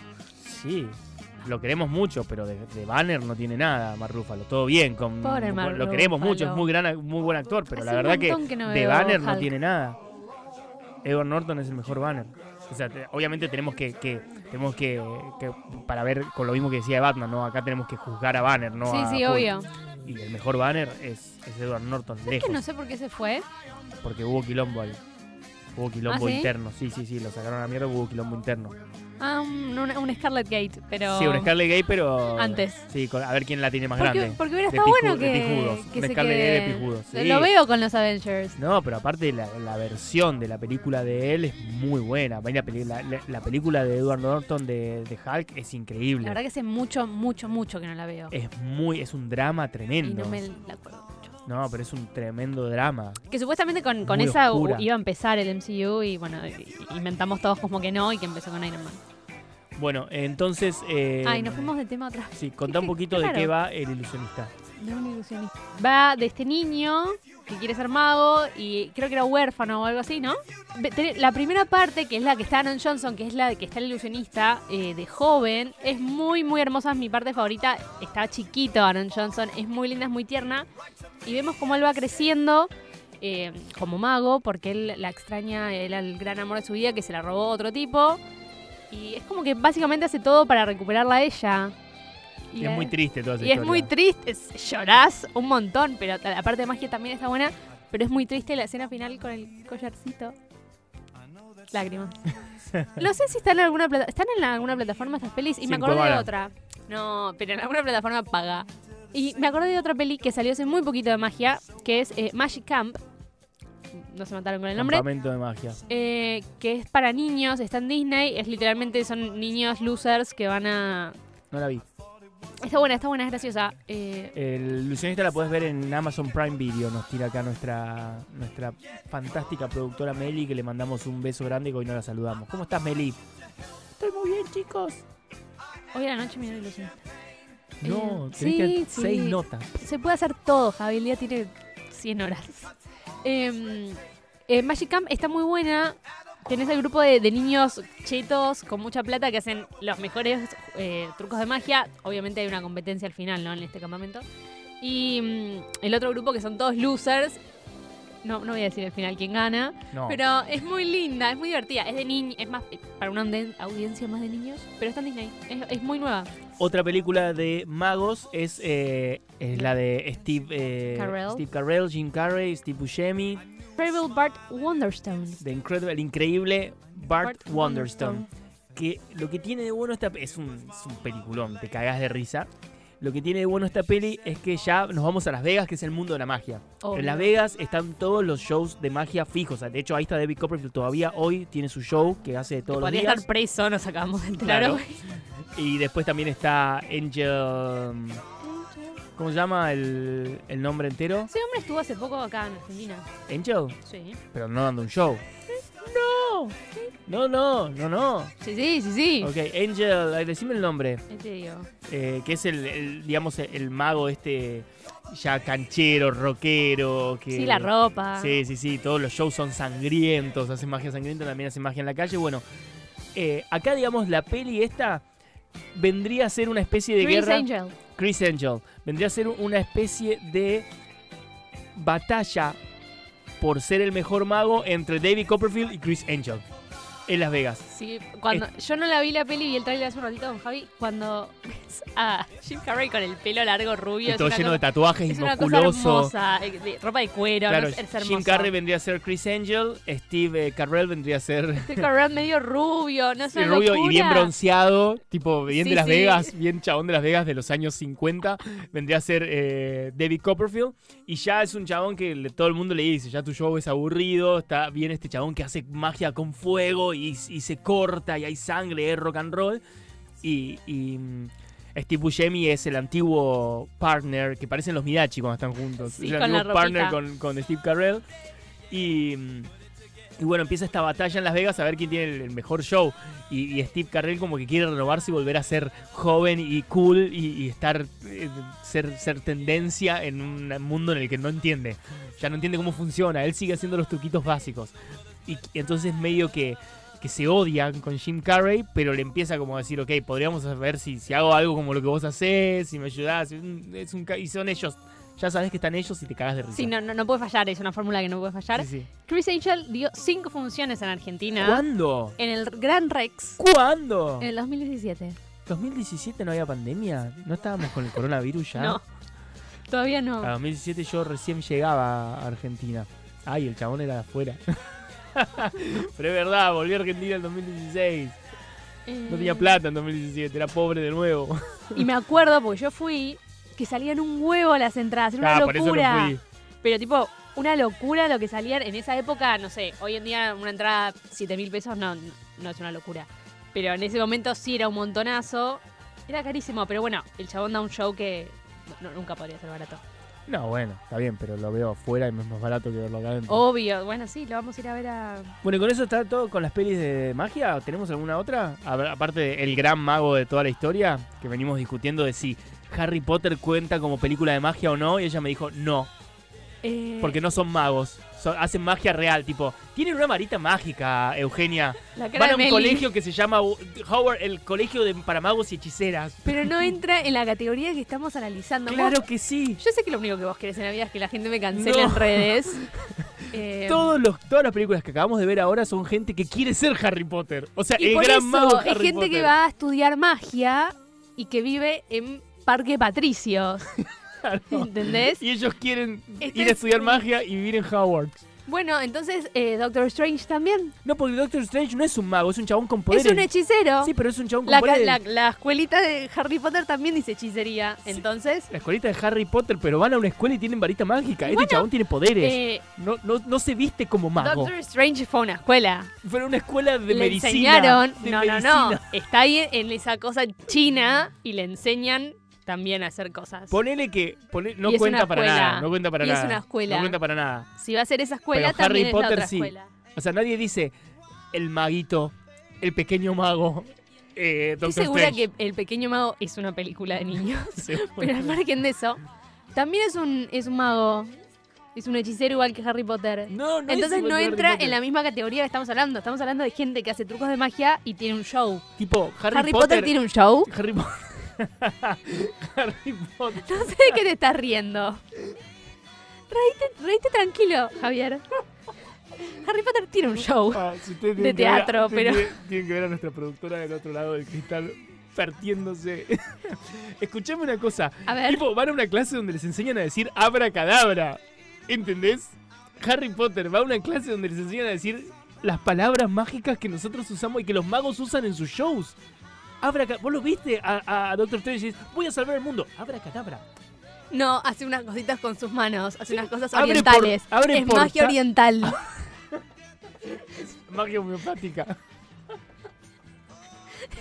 Sí. lo queremos mucho, pero de, de banner no tiene nada Mark Ruffalo. Todo bien, con,
Pobre
con-
Mark
lo queremos
Ruffalo.
mucho, es muy, gran, muy buen actor, pero
Hace
la
un
verdad que,
montón que no
de
veo
banner no
Hulk.
tiene nada. Edward Norton es el mejor banner. O sea, te- obviamente tenemos que, que- tenemos que, que- para ver con lo mismo que decía de Batman, ¿no? Acá tenemos que juzgar a Banner, ¿no?
sí,
a
sí,
Hulk.
obvio.
Y el mejor banner es, es Edward Norton,
Es
lejos,
que no sé por qué se fue.
porque hubo quilombo ahí. Hubo quilombo
¿Ah, ¿sí?
interno, sí, sí, sí, lo sacaron a la mierda, hubo quilombo interno.
Ah, un, una- un Scarlet Gate, pero.
Sí, un Scarlet Gay, pero.
Antes.
Sí, con- a ver quién la tiene más
Porque,
grande.
porque hubiera
De
estado
piju-
bueno
de
que,
pijudos.
que
Un
se
Scarlet
quede.
Gay de pijudos, sí.
Lo veo con los Avengers.
No, pero aparte la, la versión de la película de él es muy buena. La, peli- la- la- la película de Edward Norton de, de Hulk es increíble.
La verdad que hace mucho, mucho, mucho que no la veo.
Es muy, es un drama
y
tremendo.
no me la acuerdo mucho.
No, pero es un tremendo drama.
Que supuestamente con, con
Muy
esa
oscura.
u- iba a empezar el MCU y bueno, y- y inventamos todos como que no y que empezó con Iron Man.
Bueno, entonces. eh,
Ay, nos fuimos de tema atrás.
Sí,
[laughs]
contá un poquito de
Claro.
qué va el ilusionista.
De un ilusionista. Va de este niño que quiere ser mago y creo que era huérfano o algo así, ¿no? Ve- te- La primera parte, que es la que está Aaron Johnson, que es la de que está el ilusionista eh, de joven, es muy, muy hermosa. Es mi parte favorita. Está chiquito Aaron Johnson, es muy linda, es muy tierna. Y vemos cómo él va creciendo. eh, como mago, porque él la extraña, él al gran amor de su vida que se la robó otro tipo. Y es como que básicamente hace todo para recuperarla a ella.
Y
la-
es muy triste toda esa
y es muy
historia.
triste, es- llorás un montón, pero la parte de magia también está buena, pero es muy triste la escena final con el collarcito.
[laughs]
Lágrimas. No sé si están en alguna plata están en alguna plataforma estas pelis y
Sí,
me
en
acordé de
Cuevana.
otra. No, pero en alguna plataforma paga. Y me acordé de otra peli que salió hace muy poquito de magia, que es eh, Magic Camp. No se mataron con el nombre.
Campamento de magia.
Eh, que es para niños, está en Disney, es literalmente son niños losers que van a...
No la vi.
Está buena, está buena, es graciosa. Eh,
El ilusionista la puedes ver en Amazon Prime Video, nos tira acá nuestra, nuestra fantástica productora Meli, que le mandamos un beso grande y que hoy no la saludamos. ¿Cómo estás, Meli? Estoy muy bien, chicos.
Eh, Hoy a la noche miró ilusión.
No,
Eh,
tenés que
sí,
seis
sí.
notas.
Se puede hacer todo, Javi. El día tiene 100 horas. Em, eh, Magic Camp está muy buena. Tenés el grupo de, de niños chetos con mucha plata que hacen los mejores eh, trucos de magia. Obviamente hay una competencia al final, ¿no? En este campamento. Y mm, el otro grupo que son todos losers. No, no voy a decir al final quién gana.
No.
Pero es muy linda, es muy divertida. Es de niños, es más eh, para una auden- audiencia más de niños. Pero está en Disney. Es, es muy nueva.
Otra película de magos es, eh, es la de Steve, eh,
Carell.
Steve Carell, Jim Carrey, Steve Buscemi,
Travel Bart Wonderstone.
de Incredible, el increíble Bart,
Bart
Wonderstone. Que lo que tiene de bueno esta es un, es un peliculón, te cagás de risa. Lo que tiene de bueno esta peli es que ya nos vamos a Las Vegas, que es el mundo de la magia.
Obvio.
En Las Vegas están todos los shows de magia fijos. De hecho, ahí está David Copperfield todavía hoy, tiene su show que hace todos los
Podría
días.
estar preso, nos acabamos de enterar
Claro.
hoy.
Y después también está Angel. ¿Cómo se llama el, el nombre entero?
Ese hombre estuvo hace poco acá en Argentina.
Angel,
Sí.
pero no dando un show.
No.
No, no, no, no.
Sí, sí, sí, sí.
Ok, Angel, ay, decime el nombre.
Ahí te digo.
eh, que es el, el, digamos, el, el mago este ya canchero, rockero. Que,
Sí, la ropa.
Sí, sí, sí, todos los shows son sangrientos, hace magia sangrienta, también hace magia en la calle. Bueno, eh, acá, digamos, la peli esta vendría a ser una especie de
Chris
guerra.
Angel.
Chris Angel. Vendría a ser una especie de batalla por ser el mejor mago entre David Copperfield y Chris Angel en Las Vegas.
Sí, cuando yo no la vi la peli y el trailer hace un ratito con Javi, cuando [laughs] ves a Jim Carrey con el pelo largo rubio,
Y
es
todo
una,
lleno de
cosa,
tatuajes
es
y
una cosa
musculoso.
hermosa, eh, de ropa de cuero,
Claro,
no sé, es hermoso.
Jim Carrey vendría a ser Chris Angel, Steve eh, Carell vendría a ser
Este Carrey medio rubio, no sé,
sí, [laughs] rubio y bien
bronceado.
bronceado, tipo bien
Sí,
de Las
sí.
Vegas, bien chabón de Las Vegas de los años 50, vendría a ser eh, David Copperfield y ya es un chabón que le- todo el mundo le dice, ya tu show es aburrido, está bien este chabón que hace magia con fuego y, y se corta y hay sangre, es rock and roll y... y, mm, Steve Buscemi es el antiguo partner que parecen los Mirachi cuando están juntos.
Sí,
Es el
con la
antiguo partner
ropita.
con, con Steve Carell. Y, mm, y bueno, empieza esta batalla en Las Vegas a ver quién tiene el- el mejor show. Y, y Steve Carrell como que quiere renovarse y volver a ser joven y cool y, y estar eh, ser, ser tendencia en un mundo en el que no entiende. Ya no entiende cómo funciona. Él sigue haciendo los truquitos básicos. Y, y entonces medio que que se odian con Jim Carrey, pero le empieza como a decir, ok, podríamos ver si, si hago algo como lo que vos haces, si me ayudás. Es un- es un ca- y son ellos. Ya sabés que están ellos y te cagas de risa.
Sí, no, no, no puede fallar, es una fórmula que no puede fallar.
Sí, sí.
Chris Angel dio cinco funciones en Argentina.
¿Cuándo?
En el Gran Rex.
¿Cuándo?
En el 2017.
¿2017 no había pandemia? ¿No estábamos con el coronavirus ya? Ah,
No. Todavía no.
A 2017 yo recién llegaba a Argentina. Ay, el chabón era de afuera. [laughs] Pero es verdad, volví a Argentina en 2016.
Eh,
No tenía plata en 2017, era pobre de nuevo.
Y me acuerdo, porque yo fui, que salían un huevo las entradas. Era una
[laughs] Ah, por eso
locura.
no fui.
Pero tipo, una locura lo que salían en esa época, no sé, hoy en día una entrada 7 mil pesos no, no, no es una locura. Pero en ese momento sí era un montonazo. Era carísimo, pero bueno, el chabón da un show que no- nunca podría ser barato.
No, bueno, está bien, pero lo veo afuera y me es más barato que verlo acá adentro.
Obvio, bueno, sí, lo vamos a ir a ver a...
Oh, Bueno, y con eso está todo con las pelis de magia. ¿Tenemos alguna otra? A ver, aparte de El Gran Mago de toda la historia, que venimos discutiendo de si Harry Potter cuenta como película de magia o no, y ella me dijo no,
Eh,
porque no son magos, son- hacen magia real, tipo, tienen una varita mágica, Eugenia.
la cara
Van
de
a un
Meli.
colegio que se llama Howard, el colegio de, para magos y hechiceras. [laughs]
Pero no entra en la categoría que estamos analizando.
Claro que sí.
Vos- yo sé que lo único que vos querés en la vida es que la gente me cancele
No. [laughs]
en redes. Eh,
Todos los, todas las películas que acabamos de ver ahora son gente que quiere ser Harry Potter. O sea,
Y
el
por
gran
eso
mago
es
Harry
gente
Potter.
que va a estudiar magia y que vive en Parque
[laughs]
Patricios.
Claro. [laughs]
¿Entendés?
Y ellos quieren
Este
ir a
es-
estudiar magia y vivir en Howard.
Bueno, entonces eh, Doctor Strange también.
No, porque Doctor Strange no es un mago, es un chabón con poderes.
Es un hechicero.
Sí, pero es un chabón con
la, ca-
poderes.
la-
La...
la escuelita de Harry Potter también dice hechicería.
Sí.
Entonces,
escuelita de Harry Potter, pero van a una escuela y tienen varita mágica. este chabón tiene poderes.
eh,
no, no, no se viste como mago.
Doctor Strange fue a una escuela.
Fue a una escuela de
le
medicina.
enseñaron.
de
no, no, no.
medicina.
Está ahí en esa cosa china y le enseñan también a hacer cosas.
Ponele que. pone- no
Y es
cuenta
una
para
escuela.
nada. No cuenta para
Y es
nada.
una escuela.
No cuenta para nada.
si va a ser esa escuela,
Pero Harry
también es la
Potter
otra
sí.
escuela.
O sea, nadie dice el maguito, el pequeño mago. Eh, Doctor
Estoy
[laughs]
segura
Strange.
que El Pequeño Mago es una película de niños.
[laughs] Seguro.
Pero al margen de eso, también es un, es un mago. Es un hechicero igual que Harry Potter.
No, no es
Entonces
igual
no
que Harry
entra
Potter.
en la misma categoría que estamos hablando. Estamos hablando de gente que hace trucos de magia y tiene un show.
Tipo, Harry,
Harry, Potter, tiene un show.
Harry Potter. [laughs] Harry Potter.
No sé de qué te estás riendo. Reíte, reíte tranquilo, Javier. Harry Potter tiene un show.
Ah, si ustedes
De
tienen que ver a-
teatro,
ustedes
pero-
Tienen, tienen que ver a nuestra productora del otro lado del cristal partiéndose. [laughs] Escuchame una cosa.
A ver.
Tipo, van a una clase donde les enseñan a decir abracadabra. ¿Entendés? Harry Potter va a una clase donde les enseñan a decir las palabras mágicas que nosotros usamos y que los magos usan en sus shows. Abracadabra. Vos lo viste a, a Doctor Strange y dices, voy a salvar el mundo. Abracadabra.
No, hace unas cositas con sus manos. Hace unas cosas
Abre por-
orientales.
abre
es
por-
magia oriental.
[laughs] Magia homeopática.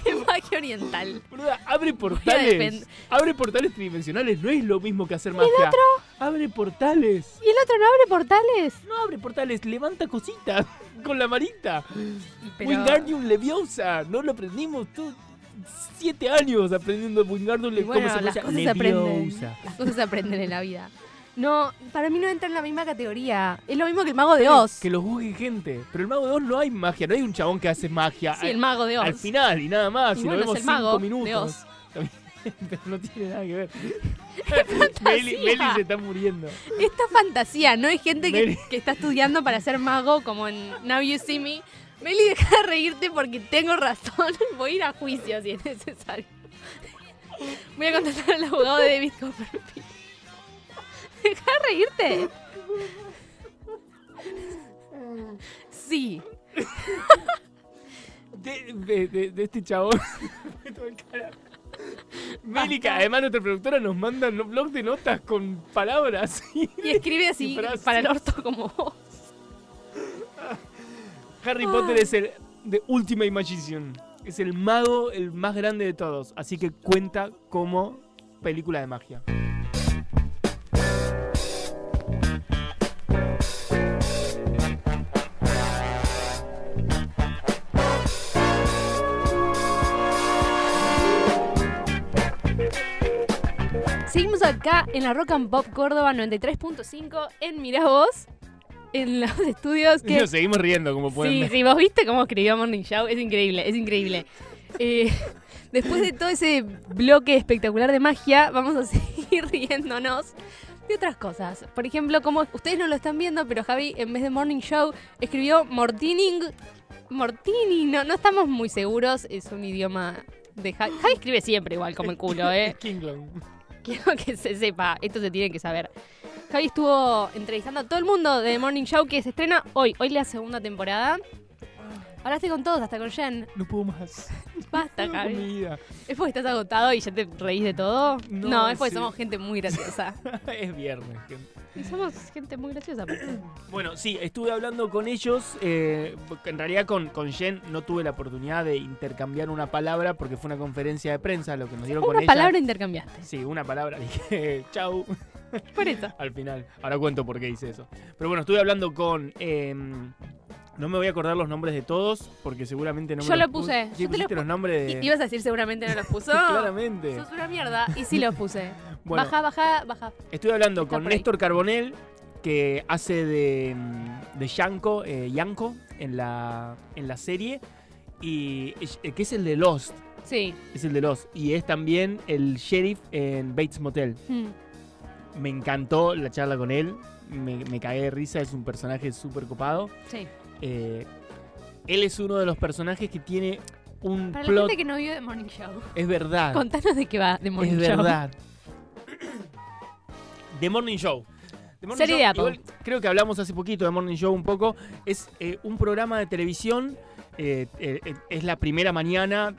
es magia oriental.
Boluda, abre
defend-
portales. Abre portales tridimensionales. No es lo mismo que hacer magia. Abre portales.
¿Y el otro no abre portales?
No abre portales. Levanta cositas [laughs] con la marita.
Pero-
Wingardium Leviosa. No lo aprendimos tú. Siete años aprendiendo Wingardium
Y
Le
bueno,
cómo se
las
pronuncia?
cosas se aprenden.
Leviosa.
Las cosas se aprenden en la vida. No, para mí no entra en la misma categoría. Es lo mismo que el mago de Oz.
Que los juzgue gente. Pero el mago de Oz no hay magia. No hay un chabón que hace magia.
Sí, el mago de Oz.
Al final y nada más.
Y
si
bueno,
lo vemos
es el
cinco
mago
minutos.
de Oz.
[laughs] Pero no tiene nada que
[laughs]
ver. Meli, Meli se está muriendo.
Esta fantasía, ¿no? Hay gente que,
Meli.
que está estudiando para ser mago, como en Now You See Me. Meli, deja de reírte porque tengo razón. [laughs] Voy a ir a juicio si es necesario. Voy a contestar al abogado de David Copperfield. Deja de reírte. Sí.
de, de- de- de este chabón. [laughs] Me tuvo el carajo. Meli, que además nuestra productora nos manda un blog de notas con palabras.
Y escribe así
Y frases.
para el orto como vos.
Harry
Ah.
Potter es el de Ultimate Magician. Es el mago, el más grande de todos. Así que cuenta como película de magia.
Seguimos acá en la Rock and Pop Córdoba 93.5 en Mirá Vos. en los estudios que...
Nos seguimos riendo, como pueden
Sí,
ver.
sí, vos viste cómo escribió Morning Show, es increíble, es increíble. Eh, [laughs] después de todo ese bloque espectacular de magia, vamos a [laughs] seguir riéndonos de otras cosas. Por ejemplo, como ustedes no lo están viendo, pero Javi en vez de Morning Show escribió Mortining. Mortini, no, no estamos muy seguros, es un idioma de Javi. Javi escribe siempre igual, como el culo, ¿eh?
[laughs] Kingdom.
[laughs] Quiero que se sepa, esto se tiene que saber. Javi estuvo entrevistando a todo el mundo de The Morning Show que se estrena hoy, hoy la segunda temporada. Hablaste con todos, hasta con Jen.
No puedo más.
Basta,
No puedo con
Javi.
mi vida. [laughs]
¿Es porque estás agotado y ya te reís de todo? No,
No,
es porque
sí.
somos gente muy graciosa.
es viernes, gente.
Y somos gente muy graciosa. aparte.
Bueno, sí, estuve hablando con ellos. eh, en realidad con, con Jen no tuve la oportunidad de intercambiar una palabra porque fue una conferencia de prensa lo que nos dieron con
Una
ella.
palabra intercambiaste.
Sí, una palabra. [laughs] Dije, chau,
Por eso.
al final. Ahora cuento por qué hice eso. Pero bueno, estuve hablando con... eh, no me voy a acordar los nombres de todos porque seguramente no me
Yo
los
lo puse,
puse. Sí,
yo te lo
pusiste
pu-
los nombres de... [laughs]
I- Ibas a decir seguramente no los puso.
Claramente.
Sos una mierda. Y sí los puse.
Bueno,
Baja, baja, baja.
Estuve hablando
Está
con
por ahí.
Néstor Carbonell, que hace de, mm, de Yanko, eh, Yanko en, la, en la serie, y eh, que es el de Lost,
Sí.
es el de Lost, y es también el sheriff en Bates Motel.
Mm.
Me encantó la charla con él, me, me cagué de risa, es un personaje súper copado.
Sí.
Eh, él es uno de los personajes que tiene un
Para la
plot...
gente que no vio The Morning Show,
Es verdad.
contanos de qué va The Morning
es
Show.
verdad. [coughs] The Morning Show. The Morning
Serie
Show,
de Apple.
igual creo que hablamos hace poquito de Morning Show un poco. Es eh, un programa de televisión. eh, eh, eh, es la primera mañana.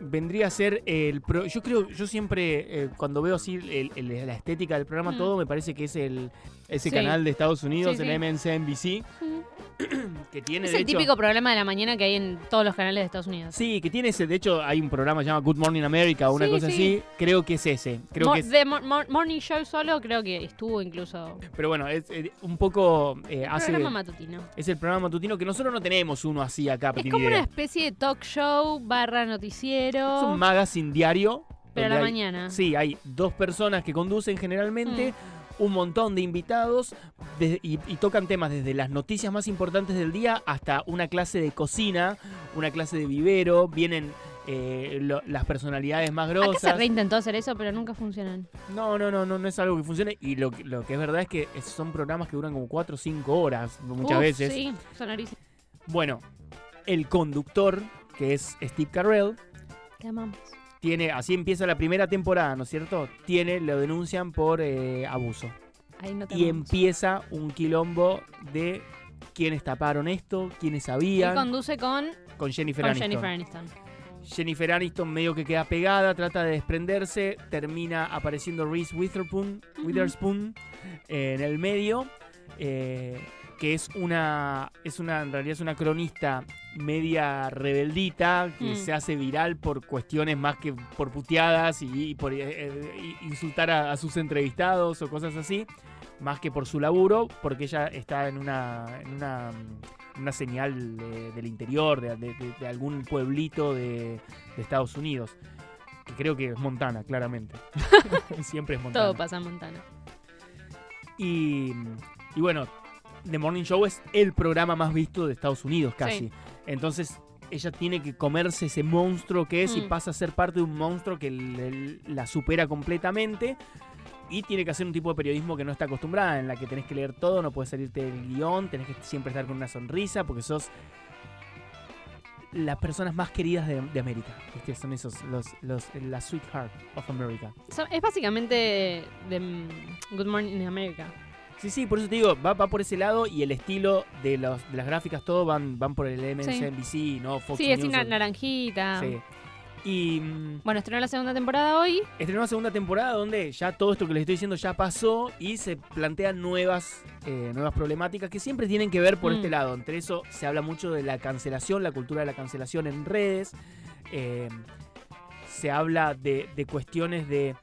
Vendría a ser el. pro- yo creo, yo siempre, eh, cuando veo así el- el- la estética del programa,
Mm.
todo me parece que es el ese
Sí.
canal de Estados Unidos,
Sí,
el
sí.
MSNBC,
Mm.
que tiene.
Es
de
el
hecho-
típico problema de la mañana que hay en todos los canales de Estados Unidos.
Sí, que tiene ese. De hecho, hay un programa llamado Good Morning America o una
Sí,
cosa
sí.
así. Creo que es ese. Creo
Mo-
que es-
The Mo- Mo- Morning Show solo creo que estuvo incluso.
Pero bueno, es eh, un poco eh, hace.
Programa matutino.
Es el programa matutino que nosotros no tenemos uno así acá,
Es
Petit
como una
Idea.
especie de talk show barra
Es
noticiero.
un magazine diario.
pero
donde
a la
hay-
mañana.
Sí, hay dos personas que conducen generalmente,
Mm.
un montón de invitados de- y, y tocan temas desde las noticias más importantes del día hasta una clase de cocina, una clase de vivero. Vienen eh, lo- las personalidades más
Acá se
grosas.
reintentó hacer eso, pero nunca funcionan.
No, no, no, no, no es algo que funcione. Y lo, que- lo que es verdad es que es- son programas que duran como 4 o 5 horas muchas
Uf,
veces.
Sí, sonorísimo.
Bueno, el conductor, que es Steve Carell,
Te amamos.
tiene, así empieza la primera temporada, ¿no es cierto? Tiene, lo denuncian por eh, abuso.
Ahí no te
Y
amamos.
empieza un quilombo de quiénes taparon esto, quiénes
Él
sabían, con,
conduce con,
Jennifer
con
Aniston.
Jennifer Aniston.
Jennifer Aniston medio que queda pegada, trata de desprenderse, termina apareciendo Reese Witherspoon,
Ujú.
Witherspoon eh, en el medio, eh, que es una, es una, en realidad es una cronista media rebeldita que
Mm.
se hace viral por cuestiones más que por puteadas y, y por eh, eh, y- insultar a, a sus entrevistados o cosas así, más que por su laburo, porque ella está en una, en una mm, una señal de- del interior, de, de- de- de algún pueblito de, de Estados Unidos. Que creo que es Montana, claramente. [laughs] Siempre es Montana.
Todo pasa en Montana.
y, y bueno, The Morning Show es el programa más visto de Estados Unidos casi.
Sí.
Entonces ella tiene que comerse ese monstruo que es y
Mm.
pasa a ser parte de un monstruo que le- la supera completamente. Y tiene que hacer un tipo de periodismo que no está acostumbrada, en la que tenés que leer todo, no puedes salirte del guión, tenés que siempre estar con una sonrisa, porque sos las personas más queridas de, de América. ¿viste? Son esos, los, los, la sweetheart of America.
So- es básicamente de mm, Good Morning America.
Sí, sí, por eso te digo, va, va por ese lado y el estilo de, los, de las gráficas, todo van, van por el MSNBC, no Fox
sí,
News.
es una
o-
naranjita.
Sí. Y mm,
Bueno, estrenó la segunda temporada hoy.
estrenó la segunda temporada donde ya todo esto que les estoy diciendo ya pasó y se plantean nuevas, eh, nuevas problemáticas que siempre tienen que ver por
Mm.
este lado. Entre eso se habla mucho de la cancelación, la cultura de la cancelación en redes. eh, se habla de, de cuestiones de,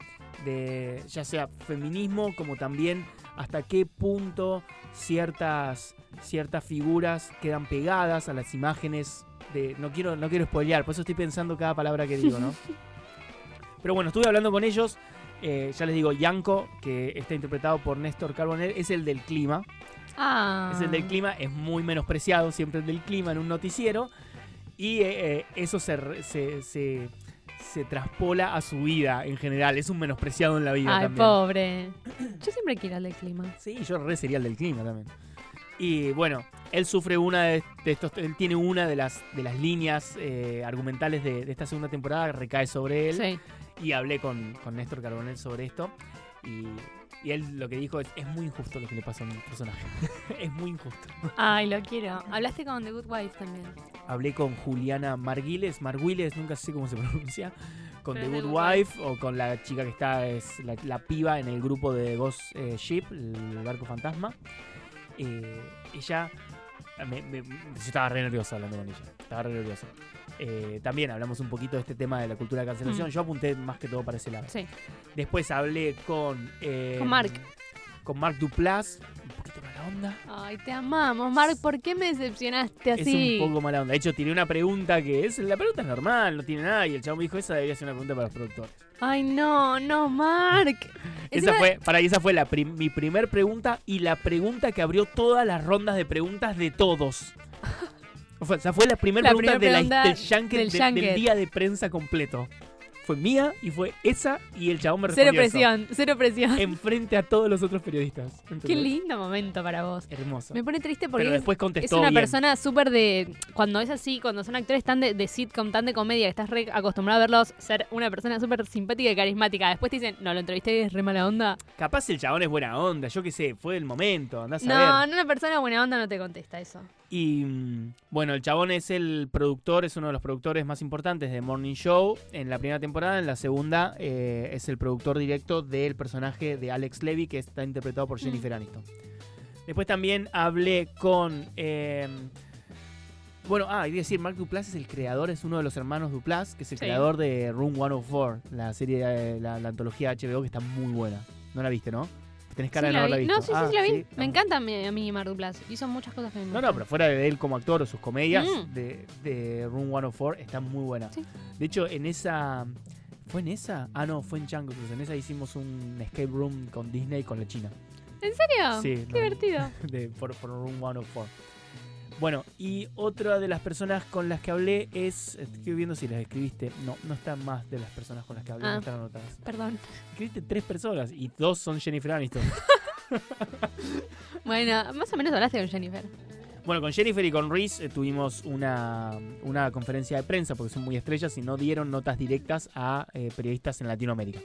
de ya sea feminismo como también hasta qué punto ciertas, ciertas figuras quedan pegadas a las imágenes de... No quiero, no quiero spoilear, por eso estoy pensando cada palabra que digo, ¿no? Pero bueno, estuve hablando con ellos. eh, ya les digo, Yanko, que está interpretado por Néstor Carbonell, es el del clima.
Ah.
Es el del clima, es muy menospreciado siempre el del clima en un noticiero. Y eh, eh, eso se, re- se, se- se traspola a su vida en general. Es un menospreciado en la vida
Ay,
también.
pobre. Yo siempre quiero el del clima.
Sí, yo re sería el del clima también. Y bueno, él sufre una de, de estos. Él tiene una de las, de las líneas eh, argumentales de, de esta segunda temporada, recae sobre él.
Sí.
Y hablé con, con Néstor Carbonell sobre esto. Y, y él lo que dijo es: es muy injusto lo que le pasa a mi personaje. [laughs] es muy injusto.
Ay, lo quiero. Hablaste con The Good Wife también.
Hablé con Juliana Marguiles, Marguiles, nunca sé cómo se [laughs] pronuncia, con
Pero
The Good Wife o con la chica que está, es la, la piba en el grupo de Ghost eh, Ship, el barco fantasma. Eh, ella, ah, me- me- yo estaba re nerviosa hablando con ella, estaba re nerviosa. Eh, también hablamos un poquito de este tema de la cultura de cancelación,
Mm.
yo apunté más que todo para ese lado.
Sí.
Después hablé con... eh,
Con Mark.
Con Mark Duplass, un poquito mala onda.
Ay, te amamos. Mark, ¿por qué me decepcionaste así?
Es un poco mala onda. De hecho, tiré una pregunta que es. La pregunta es normal, no tiene nada. Y el chavo me dijo, esa debería ser una pregunta para los productores.
Ay, no, no,
[laughs]
Mark.
Esa
Encima-
fue, para esa fue la prim- mi primer pregunta y la pregunta que abrió todas las rondas de preguntas de
[laughs]
todos. O sea, esa fue la primera
La
pregunta,
primer
de la-
pregunta
del, yanket,
del
de-
yanket.
del día de prensa completo. Fue mía y fue esa y el chabón me respondió
Cero
eso.
presión,
[laughs]
cero presión.
Enfrente a todos los otros periodistas.
Qué
¿Entendés?
lindo momento para vos.
Hermoso.
Me pone triste
Pero
porque es,
después
es
contestó
una
bien.
persona súper de. Cuando es así, cuando son actores tan de, de sitcom, tan de comedia, que estás re acostumbrado a verlos ser una persona súper simpática y carismática. Después te dicen, no, lo entrevisté y es re mala onda.
Capaz el chabón es buena onda, yo qué sé, fue el momento, andás a ver.
No, no, una persona buena onda no te contesta eso.
Y mm, bueno, el chabón es el productor, es uno de los productores más importantes de Morning Show en la primera temporada. En la segunda eh, es el productor directo del personaje de Alex Levy, que está interpretado por
Mm.
Jennifer Aniston. Después también hablé con. eh, bueno, ah, y decir, Mark Duplass es el creador, es uno de los hermanos Duplass, que es el
Sí.
creador de Room 104, la serie, eh, la, la antología HBO que está muy buena. No la viste, ¿no? Tenés cara
Sí,
de no
la
haberla
vi.
visto.
No, sí,
Ah,
sí, la vi.
sí, está
me
muy-
encanta a mí, a mí Mark Duplass. Hizo muchas cosas que me
no, no, pero
gustan.
fuera de él como actor o sus comedias
Mm.
de, de Room 104 están muy buenas.
Sí.
De hecho, en esa. ¿Fue en esa? Ah, no, fue en Django Cruz. En esa hicimos un escape room con Disney y con la China.
¿En serio?
Sí,
Ah, Qué
no.
divertido.
de, por, por Room 104. Bueno, y otra de las personas con las que hablé es. Estoy viendo si las escribiste. No, no están más de las personas con las que hablé,
Ah.
no están anotadas.
Perdón.
Escribiste tres personas y dos son Jennifer Aniston.
Bueno, más o menos hablaste con Jennifer.
Bueno, con Jennifer y con Reese eh, tuvimos una, una conferencia de prensa porque son muy estrellas y no dieron notas directas a eh, periodistas en Latinoamérica.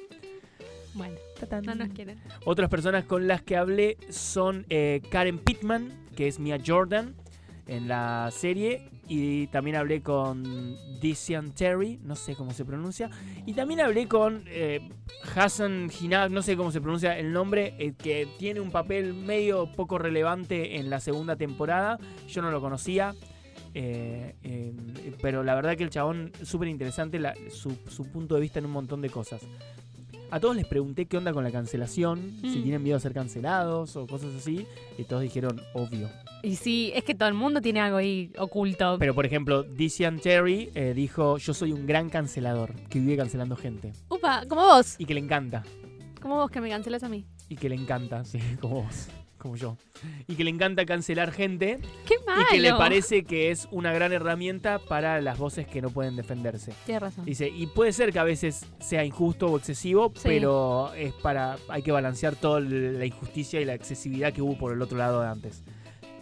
Bueno,
Tatán.
no nos quieren.
Otras personas con las que hablé son eh, Karen Pittman, que es Mia Jordan en la serie, y también hablé con Dician Terry, no sé cómo se pronuncia, y también hablé con eh, Hassan Hinab, no sé cómo se pronuncia el nombre, eh, que tiene un papel medio poco relevante en la segunda temporada, yo no lo conocía. eh, eh, pero la verdad que el chabón, súper interesante la- su, su punto de vista en un montón de cosas. A todos les pregunté qué onda con la cancelación, si
Mm.
tienen miedo a ser cancelados o cosas así, y todos dijeron obvio.
Y sí, es que todo el mundo tiene algo ahí oculto.
[laughs] Pero por ejemplo, Dician Terry eh, dijo, yo soy un gran cancelador, que vive cancelando gente,
Upa, como vos.
y que le encanta,
Como vos que me cancelas a mí.
y que le encanta, [laughs] sí, como vos, como yo, y que le encanta cancelar gente,
Qué malo.
y que le parece que es una gran herramienta para las voces que no pueden defenderse.
Tienes razón.
Dice, y puede ser que a veces sea injusto o excesivo,
Sí.
pero es para. hay que balancear toda la injusticia y la excesividad que hubo por el otro lado de antes.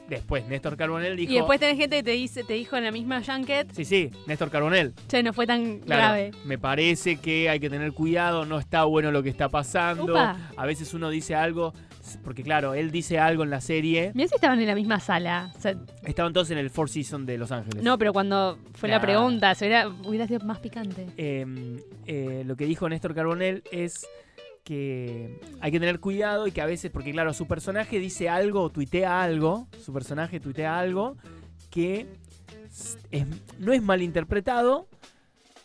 Después, Néstor Carbonell dijo.
Y después tenés gente que te dice, te dijo en la misma junket,
Sí, sí, Néstor Carbonell.
che, no fue tan
Claro.
grave.
Me parece que hay que tener cuidado, no está bueno lo que está pasando.
Upa.
A veces uno dice algo, porque claro, él dice algo en la serie.
Mirá si estaban en la misma sala. O sea,
Estaban todos en el Four Seasons de Los Ángeles.
no, pero cuando fue la
Nah.
pregunta, se hubiera, hubiera sido más picante.
eh, eh, lo que dijo Néstor Carbonell es que hay que tener cuidado y que a veces, porque claro, su personaje dice algo o tuitea algo, su personaje tuitea algo que s- es- no es malinterpretado,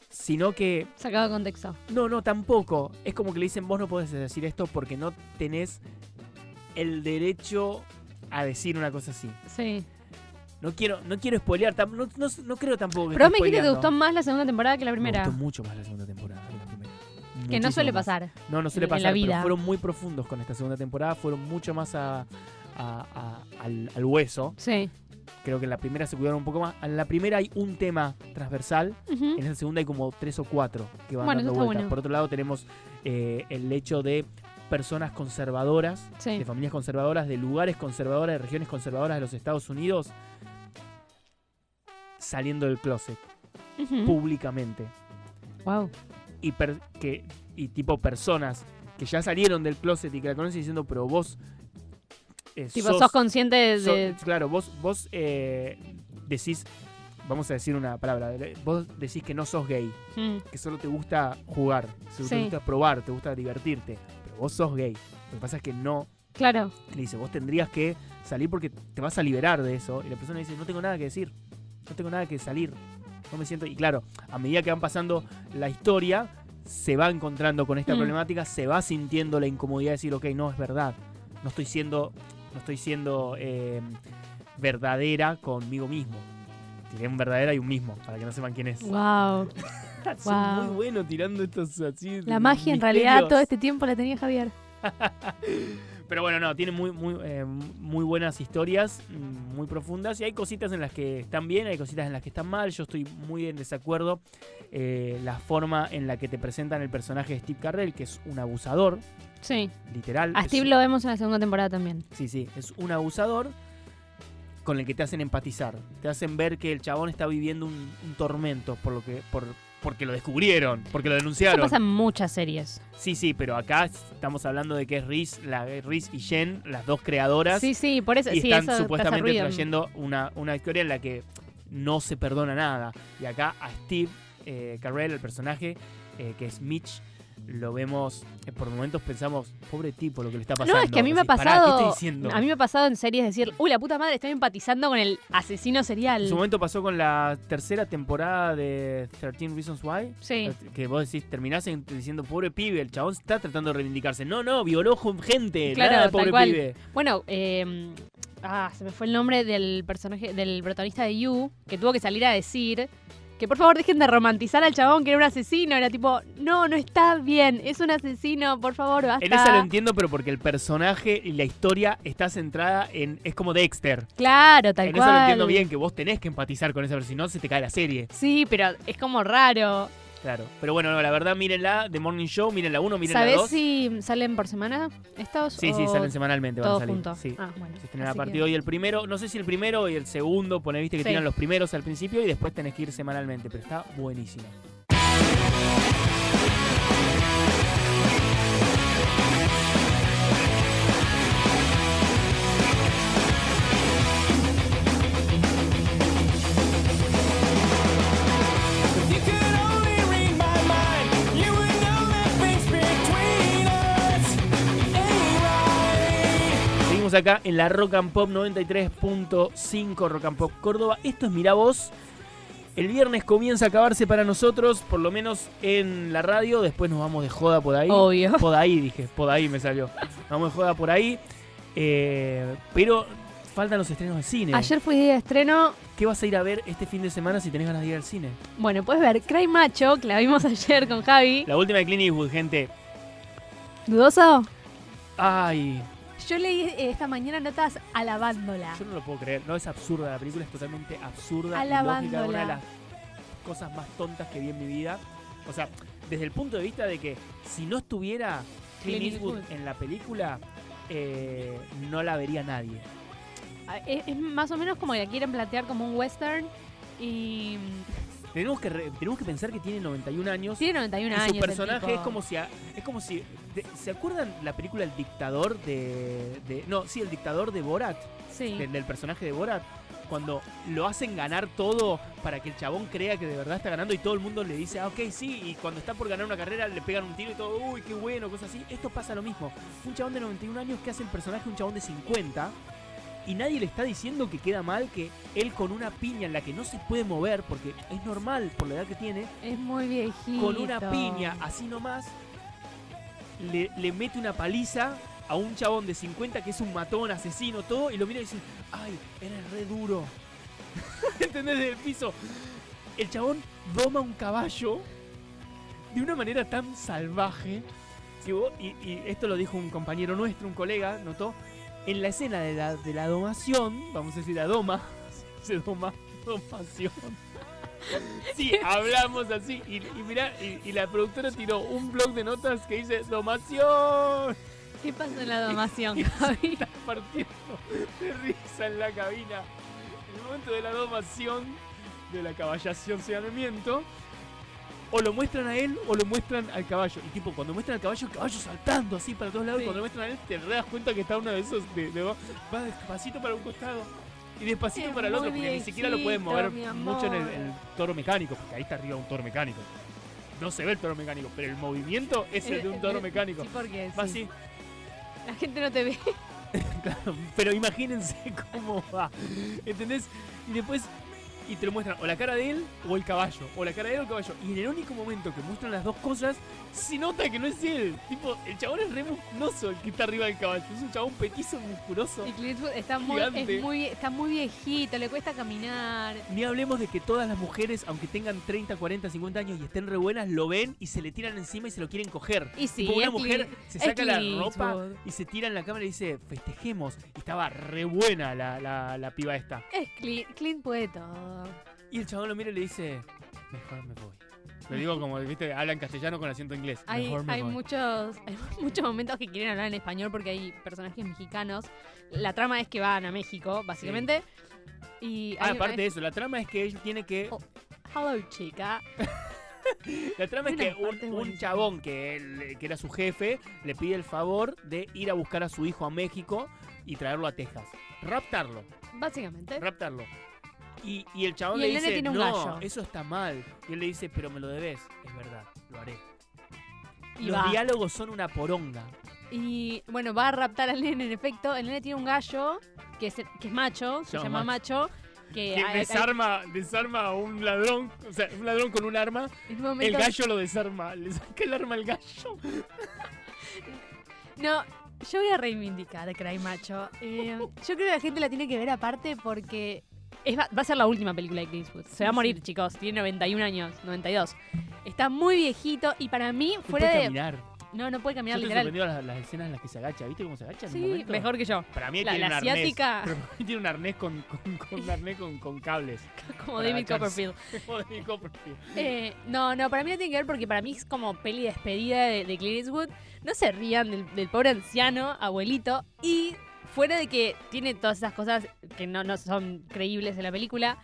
sino que,
Sacado de contexto.
no, no, tampoco. Es como que le dicen, vos no podés decir esto porque no tenés el derecho a decir una cosa así.
Sí.
No quiero, no quiero spoilear, tam- no, no- no creo tampoco que
Pero vos me
esté
dijiste que te
spoileando.
gustó más la segunda temporada que la
Me
primera.
gustó mucho más la segunda temporada que la primera.
que no
Muchísimo
suele
más.
pasar.
No, no suele
en la
pasar, pero
vida.
fueron muy profundos con esta segunda temporada, fueron mucho más a, a- a- al, al hueso.
Sí.
Creo que en la primera se cuidaron un poco más. En la primera hay un tema transversal,
Ujú.
en esa segunda hay como tres o cuatro que van
Bueno, eso
dando
está
vueltas.
bueno.
Por otro lado tenemos eh, el hecho de personas conservadoras
Sí.
de familias conservadoras, de lugares conservadores, de regiones conservadoras de los Estados Unidos, saliendo del closet
Ujú.
públicamente.
Wow.
Y, per- que, y tipo personas que ya salieron del closet y que la conocen diciendo, pero vos... eh,
Tipo, sos, consciente de. de-
so- claro, vos, vos eh, decís, vamos a decir una palabra, eh, vos decís que no sos gay,
Mm.
que solo te gusta jugar, solo te
Sí.
gusta probar, te gusta divertirte, pero vos sos gay. Lo que pasa es que no
Claro.
Le dice, vos tendrías que salir porque te vas a liberar de eso. Y la persona dice, no tengo nada que decir, no tengo nada que salir. No me siento. Y claro, a medida que van pasando la historia, se va encontrando con esta
Mm.
problemática, se va sintiendo la incomodidad de decir, ok, no, es verdad. No estoy siendo, no estoy siendo eh, verdadera conmigo mismo. Tiré un verdadera y un mismo, para que no sepan quién es.
Wow.
[laughs] Son
wow.
muy bueno tirando estos así.
La magia en realidad
misterios.
todo este tiempo la tenía Javier.
[gasps] Pero bueno, no, tiene muy, muy, eh, muy buenas historias, mm, muy profundas. Y hay cositas en las que están bien, hay cositas en las que están mal. Yo estoy muy en desacuerdo. eh, la forma en la que te presentan el personaje de Steve Carrell, que es un abusador,
Sí.
literal.
A
es
Ah, Steve
un-
lo vemos en la segunda temporada también.
Sí, sí, es un abusador con el que te hacen empatizar. Te hacen ver que el chabón está viviendo un, un tormento por lo que, por, porque lo descubrieron, porque lo
Eso
denunciaron.
pasa en muchas series.
Sí, sí, pero acá estamos hablando de que es Riz, la, Riz y Jen, las dos creadoras.
Sí, sí, por eso.
y
sí,
están
eso
supuestamente
pasa ruido.
trayendo una, una historia en la que no se perdona nada. Y acá a Steve eh, Carell, el personaje, eh, que es Mitch, lo vemos, eh, por momentos pensamos, pobre tipo lo que le está pasando.
No, es que a mí me ha
Decís, "Pará, ¿qué
pasado.
estoy diciendo?
A mí me ha pasado en series decir, uy, la puta madre, estoy empatizando con el asesino serial.
En su momento pasó con la tercera temporada de 13 Reasons Why.
Sí.
Que vos decís, terminás en- diciendo, pobre pibe, el chabón está tratando de reivindicarse. No, no, violó gente,
Claro,
nada de
tal
pobre
cual.
pibe.
Bueno, eh, ah, se me fue el nombre del personaje, del protagonista de You, que tuvo que salir a decir que por favor dejen de romantizar al chabón que era un asesino. Era tipo, no, no está bien, es un asesino, por favor, basta.
En esa lo entiendo, pero porque el personaje y la historia está centrada en. Es como Dexter.
Claro, tal
en
cual.
eso lo entiendo bien, que vos tenés que empatizar con esa persona, si no se te cae la serie.
Sí, pero es como raro.
Claro. Pero bueno, no, la verdad, mírenla, The Morning Show, miren la 1, miren la
¿Sabés
2.
si salen por semana estos?
Sí, sí,
o
salen semanalmente, van a
Todos
salir.
juntos.
Sí.
Ah, bueno.
Se estrena a
así
partir
que-
de hoy el primero. No sé si el primero y el segundo, pone, viste que
Sí.
tiran los primeros al principio y después tenés que ir semanalmente, pero está buenísimo.
If you could only read my mind, you would know that things between us ain't right.
Seguimos acá en la Rock and Pop 93.5 Rock and Pop Córdoba. Esto es Mirá Vos. El viernes comienza a acabarse para nosotros, por lo menos en la radio. Después nos vamos de joda por ahí.
Obvio.
Por ahí dije, por ahí me salió. Nos Vamos de joda por ahí. Eh, pero faltan los estrenos de cine.
Ayer fue día de estreno.
¿Qué vas a ir a ver este fin de semana si tenés ganas de ir al cine?
Bueno, puedes ver Cry Macho, que la vimos [laughs] ayer con Javi.
La última de Clint Eastwood, gente.
¿Dudoso?
Ay,
Yo leí eh, esta mañana notas alabándola.
Yo no lo puedo creer, no es absurda, la película es totalmente absurda, ilógica,
Alabándola.
una de las cosas más tontas que vi en mi vida. O sea, desde el punto de vista de que si no estuviera Clint
Clint
Eastwood
Eastwood.
en la película, eh, no la vería nadie.
Ah, Es, es más o menos como que la quieren plantear como un western. Y mm,
Tenemos que, re- tenemos que pensar que tiene 91 años
tiene 91
y
años.
su
el
personaje
tipo.
es como si a- es como si de- ¿se acuerdan la película El dictador de, de- no, sí, El dictador de Borat?
Sí.
del, del personaje de Borat, cuando lo hacen ganar todo para que el chabón crea que de verdad está ganando y todo el mundo le dice, ah, ok, sí, y cuando está por ganar una carrera le pegan un tiro y todo, uy, qué bueno, cosas así. Esto pasa lo mismo. Un chabón de 91 años que hace el personaje de un chabón de 50 y nadie le está diciendo que queda mal que él con una piña en la que no se puede mover, porque es normal por la edad que tiene,
Es muy viejito.
con una piña así nomás, le, le mete una paliza a un chabón de 50 que es un matón, asesino, todo, y lo mira y dice, ay, era re duro. [laughs] ¿Entendés? Del piso. El chabón doma un caballo de una manera tan salvaje. que vos- y, y esto lo dijo un compañero nuestro, un colega, notó. En la escena de la, de la domación, vamos a decir la doma, [laughs] se doma, domación. [laughs] Sí, hablamos así. Y, y mirá, y, y la productora tiró un blog de notas que dice domación.
¿Qué pasó en
[laughs]
la domación, Javi?
Partiendo [laughs] de risa en la cabina. En el momento de la domación, de la caballación, si no me miento. O lo muestran a él o lo muestran al caballo. Y tipo, cuando muestran al caballo, el caballo saltando así para todos lados.
Sí.
Y cuando lo muestran a él, te das cuenta que está uno de esos. De, de- va despacito para un costado y despacito
Es
para el otro.
muy
Porque ni siquiera lo pueden
viejito,
mover
mi amor.
mucho en el, el toro mecánico. Porque ahí está arriba un toro mecánico. No se ve el toro mecánico, pero el movimiento es el de un toro mecánico.
Sí, porque
Va así.
sí. la gente no te
[laughs]
ve.
Claro, pero imagínense [laughs] cómo va. ¿Entendés? Y después. Y te lo muestran o la cara de él o el caballo. O la cara de él o el caballo. Y en el único momento que muestran las dos cosas, se nota que no es él. Tipo, el chabón es re musculoso el que está arriba del caballo. Es un chabón petizo musculoso.
Y Clint Eastwood está muy,
Gigante.
es muy, está muy viejito, le cuesta caminar.
Ni hablemos de que todas las mujeres, aunque tengan 30, 40, 50 años y estén re buenas, lo ven y se le tiran encima y se lo quieren coger.
Y sí,
Tipo, una
es
mujer
Clint-
se
es
saca la
Clint
ropa
Eastwood.
y se tira en la cámara y dice, festejemos. Y estaba re buena la, la, la piba esta.
Es Clint, Clint puede todo.
Y el chabón lo mira y le dice, mejor me voy. Lo digo como, viste, habla en castellano con acento inglés.
Hay,
mejor me
hay
voy.
muchos, [laughs] hay muchos momentos que quieren hablar en español porque hay personajes mexicanos. La trama es que van a México, básicamente. Y
Ah,
hay una-
aparte de eso, la trama es que él tiene que...
Oh. Hello, chica.
La trama es
Una
que un,
parte
un
buenísima.
chabón que, él- que era su jefe le pide el favor de ir a buscar a su hijo a México y traerlo a Texas. Raptarlo,
Básicamente.
raptarlo. Y, y el chabón le
¿Eh? Y el nene
dice,
tiene un
no,
gallo".
eso está mal. Y él le dice, pero me lo debes. Es verdad, lo haré.
Y
Los
va.
diálogos son una poronga.
Y bueno, va a raptar al nene en efecto. El nene tiene un gallo que es, que es macho, se
Se
llama
llama
macho. Que
Que
Eh, hay- hay-
desarma, desarma a un ladrón, o sea, un ladrón con un arma
en un momento-
El gallo lo desarma, le saca el arma al gallo.
No, yo voy a reivindicar a Cry Macho. Eh, yo creo que la gente la tiene que ver aparte porque es, va, va a ser la última película de Clint Eastwood. Se va a morir, chicos. Tiene 91 años, 92. Está muy viejito y para mí, fuera
puede
de.
caminar.
No, no puede
Yo
caminar
estoy
literal.
sorprendido a las, las escenas en las que se agacha. ¿Viste cómo se agacha? en un
Sí,
momento?
mejor que yo.
Para mí
La-
tiene
la
un arnés.
asiática.
Pero [laughs] para mí tiene un arnés con, con, con un arnés con, con
[laughs]
cables.
Como
Para
David
agacharse.
Copperfield.
Como de mi Copperfield.
Eh, no, no, para mí no tiene que ver porque para mí es como peli de despedida de, de Clint Eastwood. No se rían del, del pobre anciano, abuelito. Y fuera de que tiene todas esas cosas que no, no son creíbles de la película,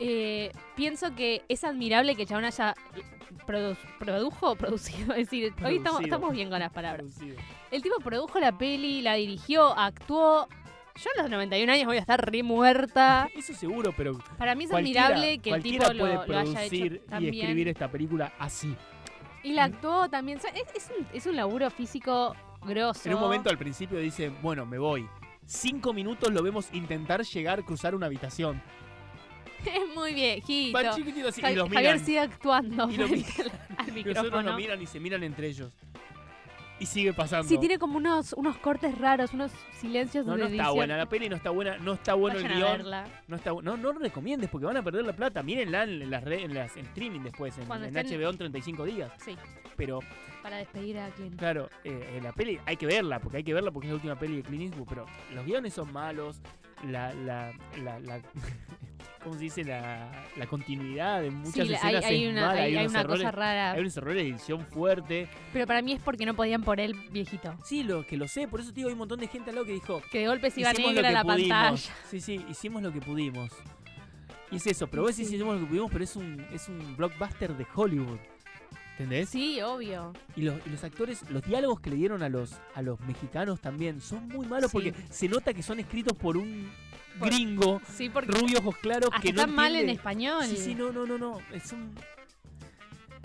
eh, pienso que es admirable que Chabón haya eh, produ- produjo, [laughs] producido. Es decir, hoy estamos,
Producido.
estamos bien con las palabras.
Traducido.
El tipo produjo la peli, la dirigió, actuó. Yo a los 91 años voy a estar re muerta.
Eso seguro, pero
Para mí es
cualquiera,
admirable que el tipo
cualquiera
lo,
puede
lo haya
producir
hecho
y
también.
escribir esta película así.
Y la actuó también. O sea, Es, es un, es un laburo físico grosso.
En un momento al principio dice, bueno, me voy. Cinco minutos lo vemos intentar llegar, cruzar una habitación.
[laughs] Es muy viejito.
Van chiquititos así
Ja-
y los
Javier
miran.
sigue actuando
Y lo
frente
[laughs]
al- al
Y los otros
micrófono.
lo miran y se miran entre ellos. Y sigue pasando.
Sí, tiene como unos, unos cortes raros, unos silencios
No,
donde
no está
dicen-
buena la peli, no está buena, no está bueno
Vayan
el
a
guión.
verla.
No, está, bu- no, no recomiendes porque van a perder la plata. Mírenla en las redes, en, las, en streaming después, en,
Cuando
en
estén-
HBO en 35 días.
Sí,
Pero,
para despedir a quien.
claro, eh, eh, la peli hay que verla, porque hay que verla porque es la última peli de Clint Eastwood, pero los guiones son malos, la, la, la, la- [laughs] ¿cómo se dice? La, la continuidad de muchas
sí, hay,
escenas
hay
es
una,
mala,
hay, hay
unos
una
errores,
cosa rara.
hay unos errores de edición fuerte.
Pero para mí es porque no podían por él viejito.
Sí, lo que lo sé, por eso te digo, hay un montón de gente al lado que dijo,
Que de golpe se iba
Hicimos
negra
lo
la
que pudimos.
pantalla.
Sí, sí, hicimos lo que pudimos. Y es eso, pero vos decís, hicimos lo que pudimos, pero es un, es un blockbuster de Hollywood. ¿Entendés?
Sí, obvio.
Y los, y los actores, los diálogos que le dieron a los, a los mexicanos también son muy malos
Sí.
porque se nota que son escritos por un
Por-
gringo,
Sí, porque
rubio ojos claros,
hasta
que no
están mal en
entiende-
español.
Sí, sí, no, no, no, no. Es un.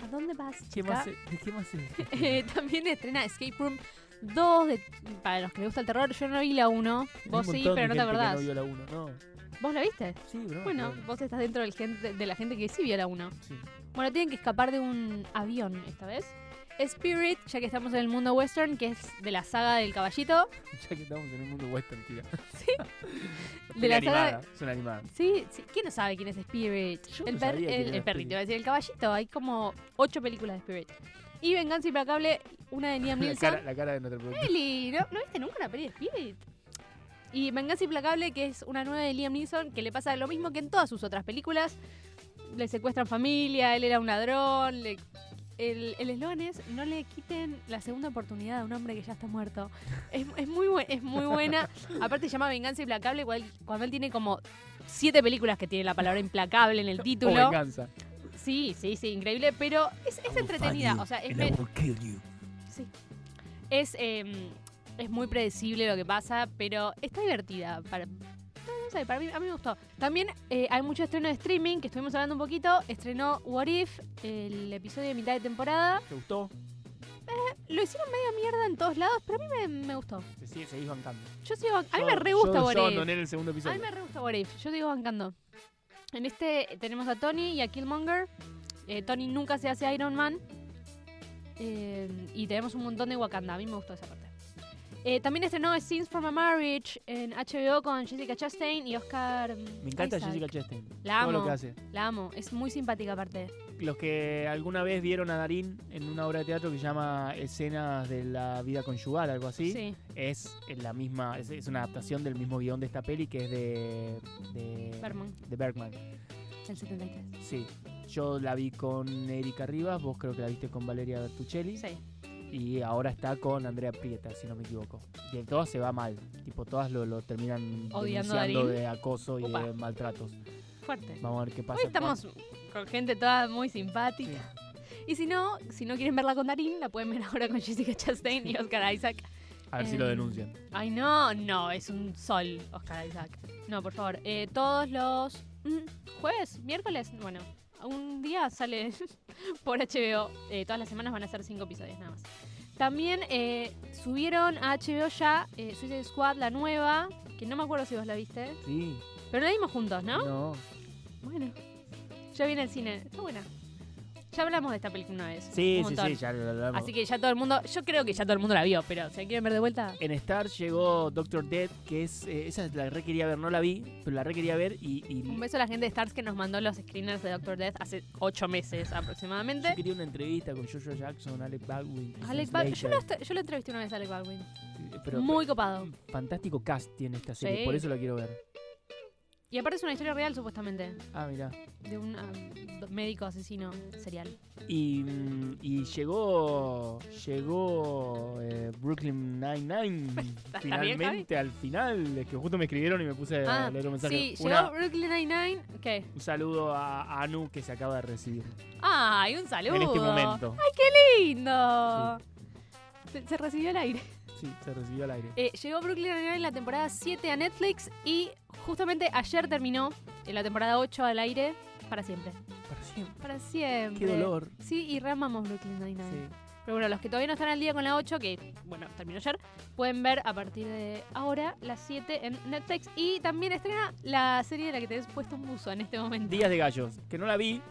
¿A dónde vas?
¿Qué
chica?
más, es- ¿De qué más
Eh, [laughs]
es?
también estrena Escape Room 2 de- para los que les gusta el terror. Yo no vi la 1. Vos
Hay un montón de
sí, pero no te
gente que
acordás.
No vio Ah, la uno, no.
¿Vos la viste?
Sí, bro.
Bueno,
pero-
vos estás dentro del gente, de la gente que sí vio la 1.
sí.
Bueno, tienen que escapar de un avión esta vez. Spirit, ya que estamos en el mundo western, que es de la saga del caballito.
[laughs] Ya que estamos en el mundo western, tira.
De la
animada,
saga.
es una animada.
Sí, sí, ¿quién no sabe quién es Spirit?
Yo
el,
no sabía quién
el-
era
el perrito,
Spirit.
es decir, el caballito. Hay como ocho películas de Spirit. Y Venganza Implacable, una de Liam
[laughs] La
Neeson.
cara, la cara de nuestro productor. Oh,
Peli, ¿no, ¿no viste nunca una peli de Spirit? Y Venganza Implacable, que es una nueva de Liam Neeson, que le pasa lo mismo que en todas sus otras películas. Le secuestran familia, él era un ladrón. le- El el eslogan es: no le quiten la segunda oportunidad a un hombre que ya está muerto. Es, es muy, bu- es muy buena. Aparte, se llama Venganza Implacable cual- cuando él tiene como siete películas que tiene la palabra implacable en el
O
título.
venganza.
Sí, sí, sí, increíble, pero es, es entretenida. O sea, es, me- sí. es, eh, es muy predecible lo que pasa, pero está divertida. Para, no sé, para mí, a mí me gustó. También eh, hay mucho estreno de streaming, que estuvimos hablando un poquito. Estrenó What If, el episodio de mitad de temporada.
¿Te gustó?
Lo hicieron media mierda en todos lados, pero a mí me, me gustó.
Se sigue, seguís bancando.
Yo sigo, a mí
Yo-
me re gusta
yo-
What
Yo
If.
abandoné en el segundo
A
episodio.
mí me re gusta What If, yo digo bancando. En este tenemos a Tony y a Killmonger. Eh, Tony nunca se hace Iron Man. Eh, y tenemos un montón de Wakanda, a mí me gustó esa parte. Eh, también estrenó Scenes from a Marriage en HBO con Jessica Chastain y Oscar. mm,
Me encanta
Isaac.
Jessica Chastain.
La
Todo lo
amo.
que hace.
La amo, es muy simpática aparte.
Los que alguna vez vieron a Darín en una obra de teatro que se llama Escenas de la vida conyugal, algo así, es la misma, es, es una adaptación del mismo guión de esta peli que es de de
Bergman.
de Bergman.
el 73.
Sí. Yo la vi con Erika Rivas, vos creo que la viste con Valeria Bertuccelli
Sí.
y ahora está con Andrea Prieta, si no me equivoco. Y en todas se va mal, tipo todas lo, lo terminan
Odiando a
denunciando
Darín.
de acoso y
Upa.
de maltratos.
Fuerte.
Vamos a ver qué pasa.
Hoy estamos con gente toda muy simpática. Y si no, si no quieren verla con Darín, la pueden ver ahora con Jessica Chastain y Oscar Isaac.
A ver si lo
Em,
denuncian.
Ay, no, no, es un sol, Oscar Isaac. No, por favor. eh, todos los mm, jueves, miércoles, bueno, un día sale [laughs] por HBO. eh, todas las semanas van a ser cinco episodios nada más. También eh, subieron a HBO ya eh, Suicide Squad, la nueva, que no me acuerdo si vos la viste,
Sí.
pero la vimos juntos, ¿no?
No.
Bueno, ya viene el cine, está buena. Ya hablamos de esta película una vez.
Sí,
un
sí,
montón.
sí, ya lo hablamos.
Así que ya todo el mundo, yo creo que ya todo el mundo la vio, pero si la quieren ver de vuelta,
En Star llegó Doctor Dead, que es. eh, esa la re quería ver, no la vi, pero la re quería ver y. y
Un beso a la gente de Stars que nos mandó los screeners de Doctor Death hace 8 meses
yo
aproximadamente.
quería una entrevista con Joshua Jackson, Alec Baldwin. Christian
Alec Bal- yo, lo,
Slater,
est- yo lo entrevisté una vez a Alec Baldwin.
eh, pero-
Muy copado.
pero- Fantástico cast tiene esta serie,
Sí.
por eso la quiero ver.
Y aparte es una historia real, supuestamente,
Ah, mirá.
de un um, médico asesino serial.
Eh, Y, mm, y llegó. Llegó eh, Brooklyn
[laughs]
Nine-Nine.
está bien,
finalmente, al final. Es que justo me escribieron y me puse a
Ah,
leer un mensaje.
sí,
Una-
llegó Brooklyn Nine-Nine. ¿Qué?
un saludo a, a Anu que se acaba de recibir
¡Ay, un saludo!
en este momento.
¡Qué lindo! Se, se recibió al aire.
Sí, se recibió al aire.
Eh, llegó Brooklyn Nine-Nine la temporada 7 a Netflix y justamente ayer terminó eh, la temporada 8 al aire para siempre. Para siempre.
Qué dolor.
Sí, y reamamos Brooklyn Nine-Nine.
Sí.
Pero bueno, los que todavía no están al día con la 8, que bueno, terminó ayer, pueden ver a partir de ahora las 7 en Netflix. Y también estrena la serie de la que te has puesto un buzo en este momento.
Días de Gallos, que no la vi,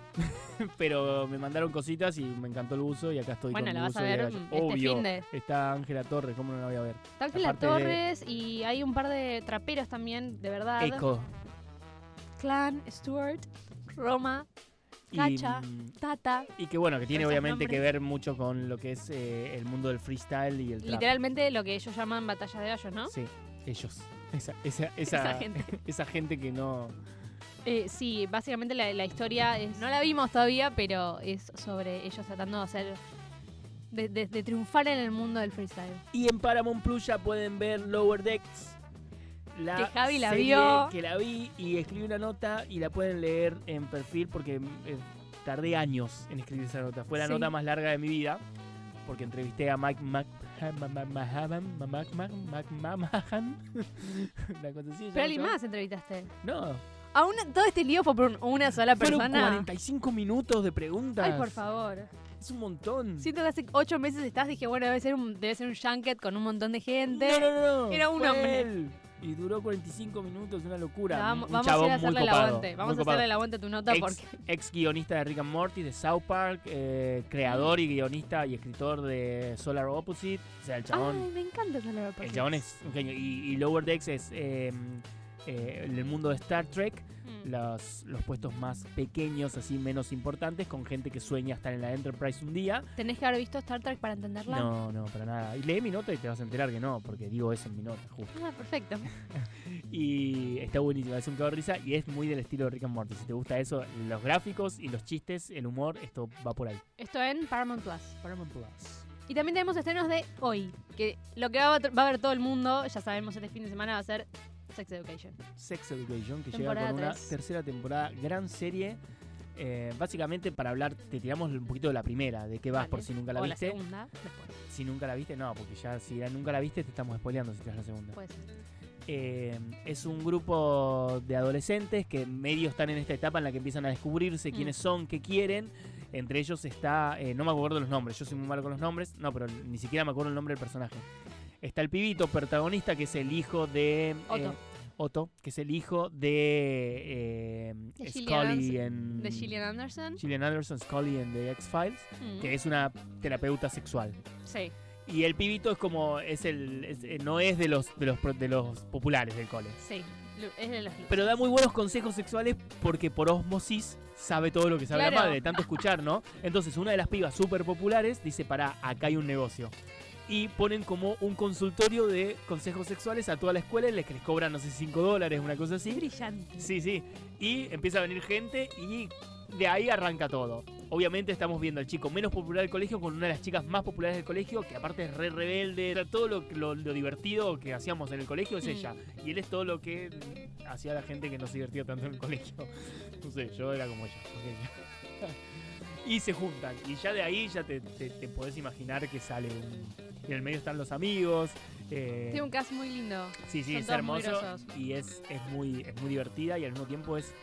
[laughs] pero me mandaron cositas y me encantó el buzo y acá estoy
Bueno,
con
la
el
vas
buzo
a
de
ver,
Gallos.
mm, este
Obvio,
fin de-
está Ángela Torres, ¿cómo no la voy a ver?
Está Ángela
aparte de-
Torres y hay un par de traperos también, de verdad.
Echo.
Clan, Stewart, Roma,
Y,
Cacha.
mm,
Tata.
y que bueno, que tiene
Esos
obviamente
nombres.
que ver mucho con lo que es eh, el mundo del freestyle y el trap.
Literalmente lo que ellos llaman batallas de gallos, ¿no?
Sí, ellos. Esa, esa, esa,
[laughs] Esa
gente.
gente.
que no...
Eh, sí, básicamente la, la historia es- no la vimos todavía, pero es sobre ellos tratando de hacer. de, de- de triunfar en el mundo del freestyle.
Y en Paramount Plus ya pueden ver Lower Decks. La
Que Javi la
serie
vio.
Que la vi y escribí una nota y la pueden leer en perfil porque eh, tardé años en escribir esa nota. Fue la
Sí.
nota más larga de mi vida porque entrevisté a Mike Mac. Ma- ma- Mahavan, ma- Mac- Mac- Mac- Ma- Mahan. Una cosa así,
Pero alguien
¿no?
más entrevistaste.
No.
A una- todo este lío fue por un- una sola
Fueron
persona.
45 minutos de preguntas.
Ay, por favor.
Es un montón.
Siento que hace ocho meses estás, dije, bueno, debe ser un, debe ser un junket con un montón de gente.
No, no, no.
Era un
Fue
hombre.
él. Y duró 45 minutos, una locura.
No, vamos
Un
vamos a
chabón
ir a
muy
hacerle el
copado,
aguante.
muy
Vamos a
copado.
hacerle el aguante a tu nota
ex,
porque.
ex guionista de Rick and Morty, de South Park, eh, creador y guionista y escritor de Solar Opposite. O sea, el
Ay,
chabón,
me encanta esa nueva
el
persona.
chabón es un genio. Y, y Lower Decks es eh, eh, el mundo de Star Trek,
Mm.
las- los puestos más pequeños, así menos importantes, con gente que sueña estar en la Enterprise un día.
Tenés que haber visto Star Trek para entenderla.
No, no, para nada. Y lee mi nota y te vas a enterar que no, porque digo eso en mi nota, justo.
Ah, perfecto.
Y está buenísima, es un cago de risa y es muy del estilo de Rick and Morty. Si te gusta eso, los gráficos y los chistes, el humor, esto va por ahí.
Esto en Paramount Plus.
Paramount Plus.
Y también tenemos estrenos de hoy, que lo que va a, va a ver todo el mundo, ya sabemos, este fin de semana va a ser Sex Education.
Sex Education, que
Temporada
llega con una
tres.
tercera temporada, gran serie. Eh, básicamente para hablar, te tiramos un poquito de la primera, de qué vas
Vale.
por si nunca la
o
viste.
la segunda, después.
si nunca la viste, no, porque ya si la- nunca la viste te estamos spoileando si te das la segunda.
Puede ser.
Eh, es un grupo de adolescentes que medio están en esta etapa en la que empiezan a descubrirse
Mm.
quiénes son, qué quieren. Entre ellos está, eh, no me acuerdo los nombres, yo soy muy malo con los nombres, no, pero ni siquiera me acuerdo el nombre del personaje. Está el pibito protagonista que es el hijo de eh,
Otto.
Otto, que es el hijo de, eh,
De
Scully
Gillian Anderson-
en
De Gillian Anderson.
Gillian Anderson, Scully en The X-Files,
Mm.
que es una terapeuta sexual.
Sí.
Y el pibito es como, es el, es- eh, no es de los, de los, pro- de los populares del cole.
Sí, Lu- es de los Lu-
Pero da muy buenos consejos sexuales porque por osmosis sabe todo lo que sabe la
Claro.
madre, de tanto escuchar, ¿no? Entonces una de las pibas súper populares dice, pará, acá hay un negocio. Y ponen como un consultorio de consejos sexuales a toda la escuela y les, les cobran, no sé, 5 dólares, una cosa
Es
así.
brillante.
Sí, sí. Y empieza a venir gente y de ahí arranca todo. Obviamente estamos viendo al chico menos popular del colegio con una de las chicas más populares del colegio, que aparte es re rebelde. Era Todo lo, lo- lo divertido que hacíamos en el colegio es
Mm.
ella. Y él es todo lo que hacía la gente que no se divertía tanto en el colegio. [laughs] No sé, yo era como ella. porque ella- [laughs] y se juntan. Y ya de ahí ya te, te- te podés imaginar que sale un... Y en el medio están los amigos. eh,
Tiene un cast muy lindo.
Sí, sí,
Son
es
todos muy
hermoso
grosos.
y es, es, muy, es muy divertida y al mismo tiempo es,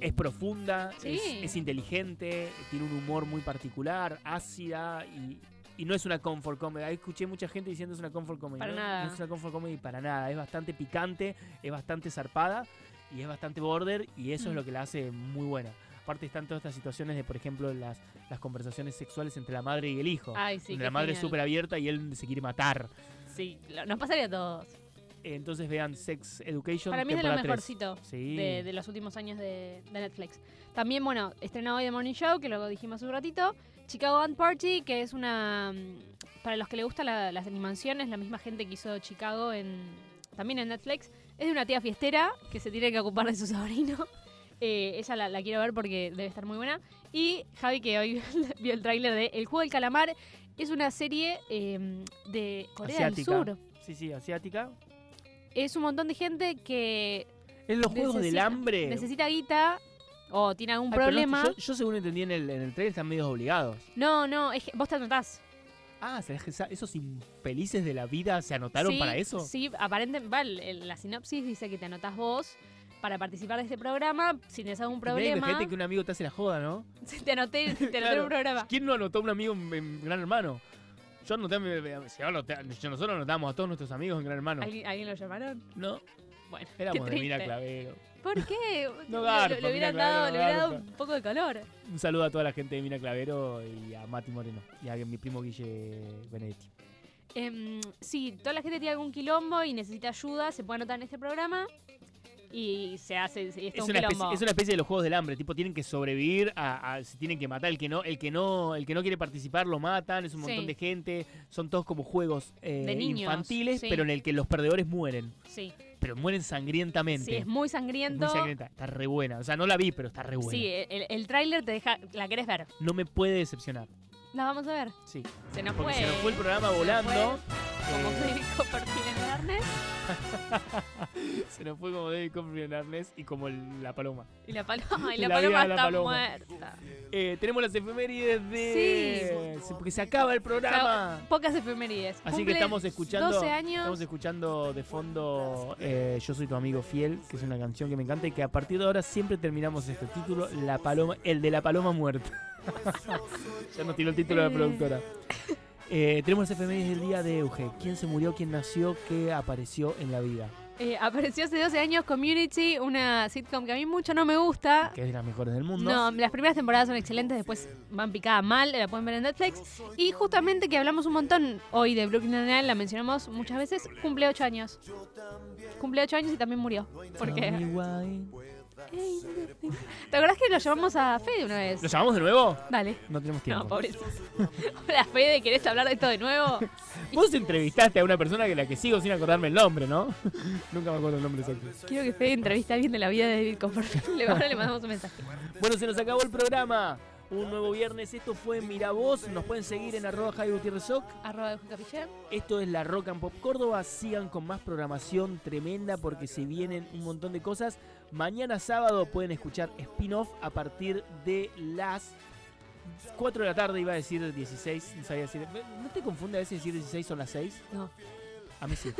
es profunda,
Sí.
es, es inteligente, tiene un humor muy particular, ácida y, y no es una comfort comedy. Ahí escuché mucha gente diciendo es una comfort comedy.
Para
no,
nada.
no es una comfort comedy para nada, es bastante picante, es bastante zarpada y es bastante border y eso
Mm.
es lo que la hace muy buena. Aparte están todas estas situaciones de, por ejemplo, las, las conversaciones sexuales entre la madre y el hijo.
Ay, sí.
donde
qué
la madre es
genial.
súper abierta y él se quiere matar.
Sí, lo- nos pasaría a todos.
Entonces vean Sex Education.
Para mí es de lo
temporada tres.
mejorcito
Sí.
de, de los últimos años de, de Netflix. También, bueno, estrenó hoy The Morning Show, que lo dijimos hace un ratito. Chicago Band Party, que es una. mm, Para los que le gustan la- las animaciones, la misma gente que hizo Chicago en, también en Netflix. Es de una tía fiestera que se tiene que ocupar de su sobrino. [laughs] Eh, esa la, la quiero ver porque debe estar muy buena. Y Javi, que hoy [laughs] vio el tráiler de El Juego del Calamar, es una serie eh, de Corea
Asiática.
del Sur.
Sí, sí, asiática.
Es un montón de gente que
Es los juegos del
Necesita-
hambre.
Necesita guita o tiene algún
Ay, pero no,
problema.
yo, yo según entendí en el, en el trailer están medios obligados.
No, no, es que vos te anotás.
Ah, ¿será que esa- esos infelices de la vida se anotaron
Sí,
para eso?
Sí, aparentemente, la sinopsis dice que te anotás vos para participar de este programa. Si tenés algún problema,
Gente que un amigo te hace la joda, ¿no?
[laughs] te anoté, te anoté en
Claro.
un programa.
¿Quién no anotó a un amigo en, en Gran Hermano? Yo anoté, a mi- a- si anoté- yo- nosotros anotamos a todos nuestros amigos en Gran Hermano.
¿Alguien, alguien lo llamaron?
No,
Bueno,
éramos
qué
de Mina
triste.
Clavero.
¿Por qué?
No
Le-
garpa,
le, le
mira,
hubieran
claro,
dado,
no
le hubiera dado
garpa.
un poco de calor.
Un saludo a toda la gente de Mina Clavero y a Mati Moreno y a mi primo Guille Benedetti.
Em, sí, toda la gente tiene algún quilombo y necesita ayuda, se puede anotar en este programa y se hace. y es todo
Es
un
una,
quilombo.
especie, es una especie de los juegos del hambre, tipo tienen que sobrevivir, a, a- se tienen que matar, el que no, el que no, el que no quiere participar lo matan, es un montón
Sí.
de gente, son todos como juegos eh,
De niños,
infantiles,
sí.
pero en el que los perdedores mueren,
Sí,
pero mueren sangrientamente.
sí, es muy
Es muy
sangriento.
sangrienta, está re buena, o sea, no la vi, pero está re buena.
Sí, el, el tráiler te deja. La querés ver.
No me puede decepcionar.
La vamos a ver.
Sí,
Se nos
porque
fue.
se nos fue el programa
Se nos
volando.
Como
eh,
dijo Perfil en el arnés
se nos fue como David Copperfield en arnés y como el- la paloma.
Y
[laughs]
la paloma, y la
La vida
paloma
de la
está
paloma.
muerta.
Eh, tenemos las efemérides de...
Sí.
se- Porque se acaba el programa.
Pocas efemérides.
Así que
Cumple
estamos escuchando,
12 años.
estamos escuchando de fondo eh, Yo soy tu amigo fiel, que es una canción que me encanta y que a partir de ahora siempre terminamos este título, la paloma, el de la paloma muerta. [laughs] ya nos tiró el título de la
[laughs]
productora. Eh, tenemos las efemérides del día de Euge. ¿Quién se murió? ¿Quién nació? ¿Qué apareció en la vida?
Eh, apareció hace 12 años Community, una sitcom que a mí mucho no me gusta.
Que es de las mejores del mundo.
No, las primeras temporadas son excelentes, después van picada mal, la pueden ver en Netflix. Y justamente que hablamos un montón hoy de Brooklyn Nine-Nine, la mencionamos muchas veces, cumple 8 años. Cumple 8 años y también murió. Porque
Tell me why.
¿Te acordás que lo llevamos a Fede una vez?
¿Lo llamamos de nuevo?
Dale.
No tenemos tiempo.
No, pobrecito. Hola, Fede, ¿querés hablar de esto de nuevo?
Vos entrevistaste a una persona que la que sigo sin acordarme el nombre, ¿no? [laughs] Nunca me acuerdo el nombre exacto.
Quiero que Fede entreviste a alguien de la vida de David Copperfield. [laughs] Le- Ahora le mandamos un mensaje.
Bueno, se nos acabó el programa. Un nuevo viernes. Esto fue Miravoz. Nos pueden seguir en arroba Javi Gutiérrez Oc.
Arroba de Juca Pichén.
Esto es la Rock and Pop Córdoba. Sigan con más programación tremenda porque se vienen un montón de cosas. Mañana sábado pueden escuchar spin-off a partir de las 4 de la tarde. Iba a decir 16. No, sabía decir- ¿No te confunde a veces decir 16 son las 6?
No.
A mí sí.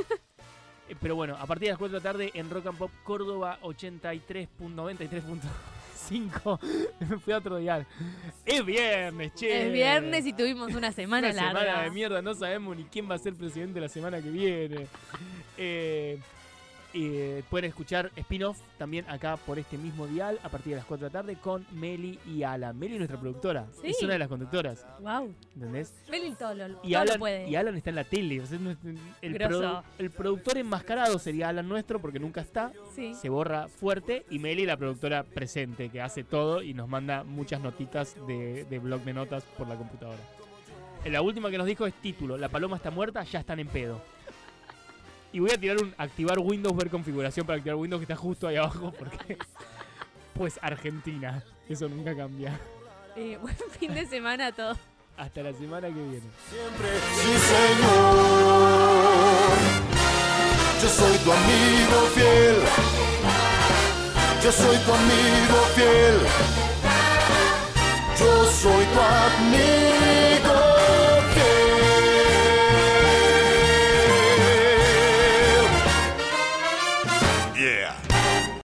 Eh, Pero bueno, a partir de las 4 de la tarde en Rock and Pop Córdoba 83.93.5. [laughs] Me fui a otro día. Es viernes, che.
Es viernes y tuvimos una semana
Eh, Una
larga.
semana de mierda, no sabemos ni quién va a ser presidente la semana que viene. Eh, eh, pueden escuchar spin-off también acá por este mismo dial a partir de las 4 de la tarde con Meli y Alan. Meli es nuestra productora,
Sí.
es una de las conductoras,
Wow.
¿entendés?
Belín todo lo,
Y
todo lo
Alan,
puede.
y Alan está en la tele, o sea, no- el,
Grosso.
produ- el productor enmascarado sería Alan nuestro porque nunca está,
Sí.
se borra fuerte y Meli la productora presente que hace todo y nos manda muchas notitas de, de blog de notas por la computadora. Eh, La última que nos dijo es título, la paloma está muerta, ya están en pedo. Y voy a tirar un activar Windows, ver configuración para activar Windows que está justo ahí abajo porque pues Argentina, eso nunca cambia.
Eh, [laughs] buen fin de semana a todos.
Hasta la semana que viene.
Siempre, sí señor. Yo soy tu amigo fiel. Yo soy tu amigo fiel. Yo soy tu amigo.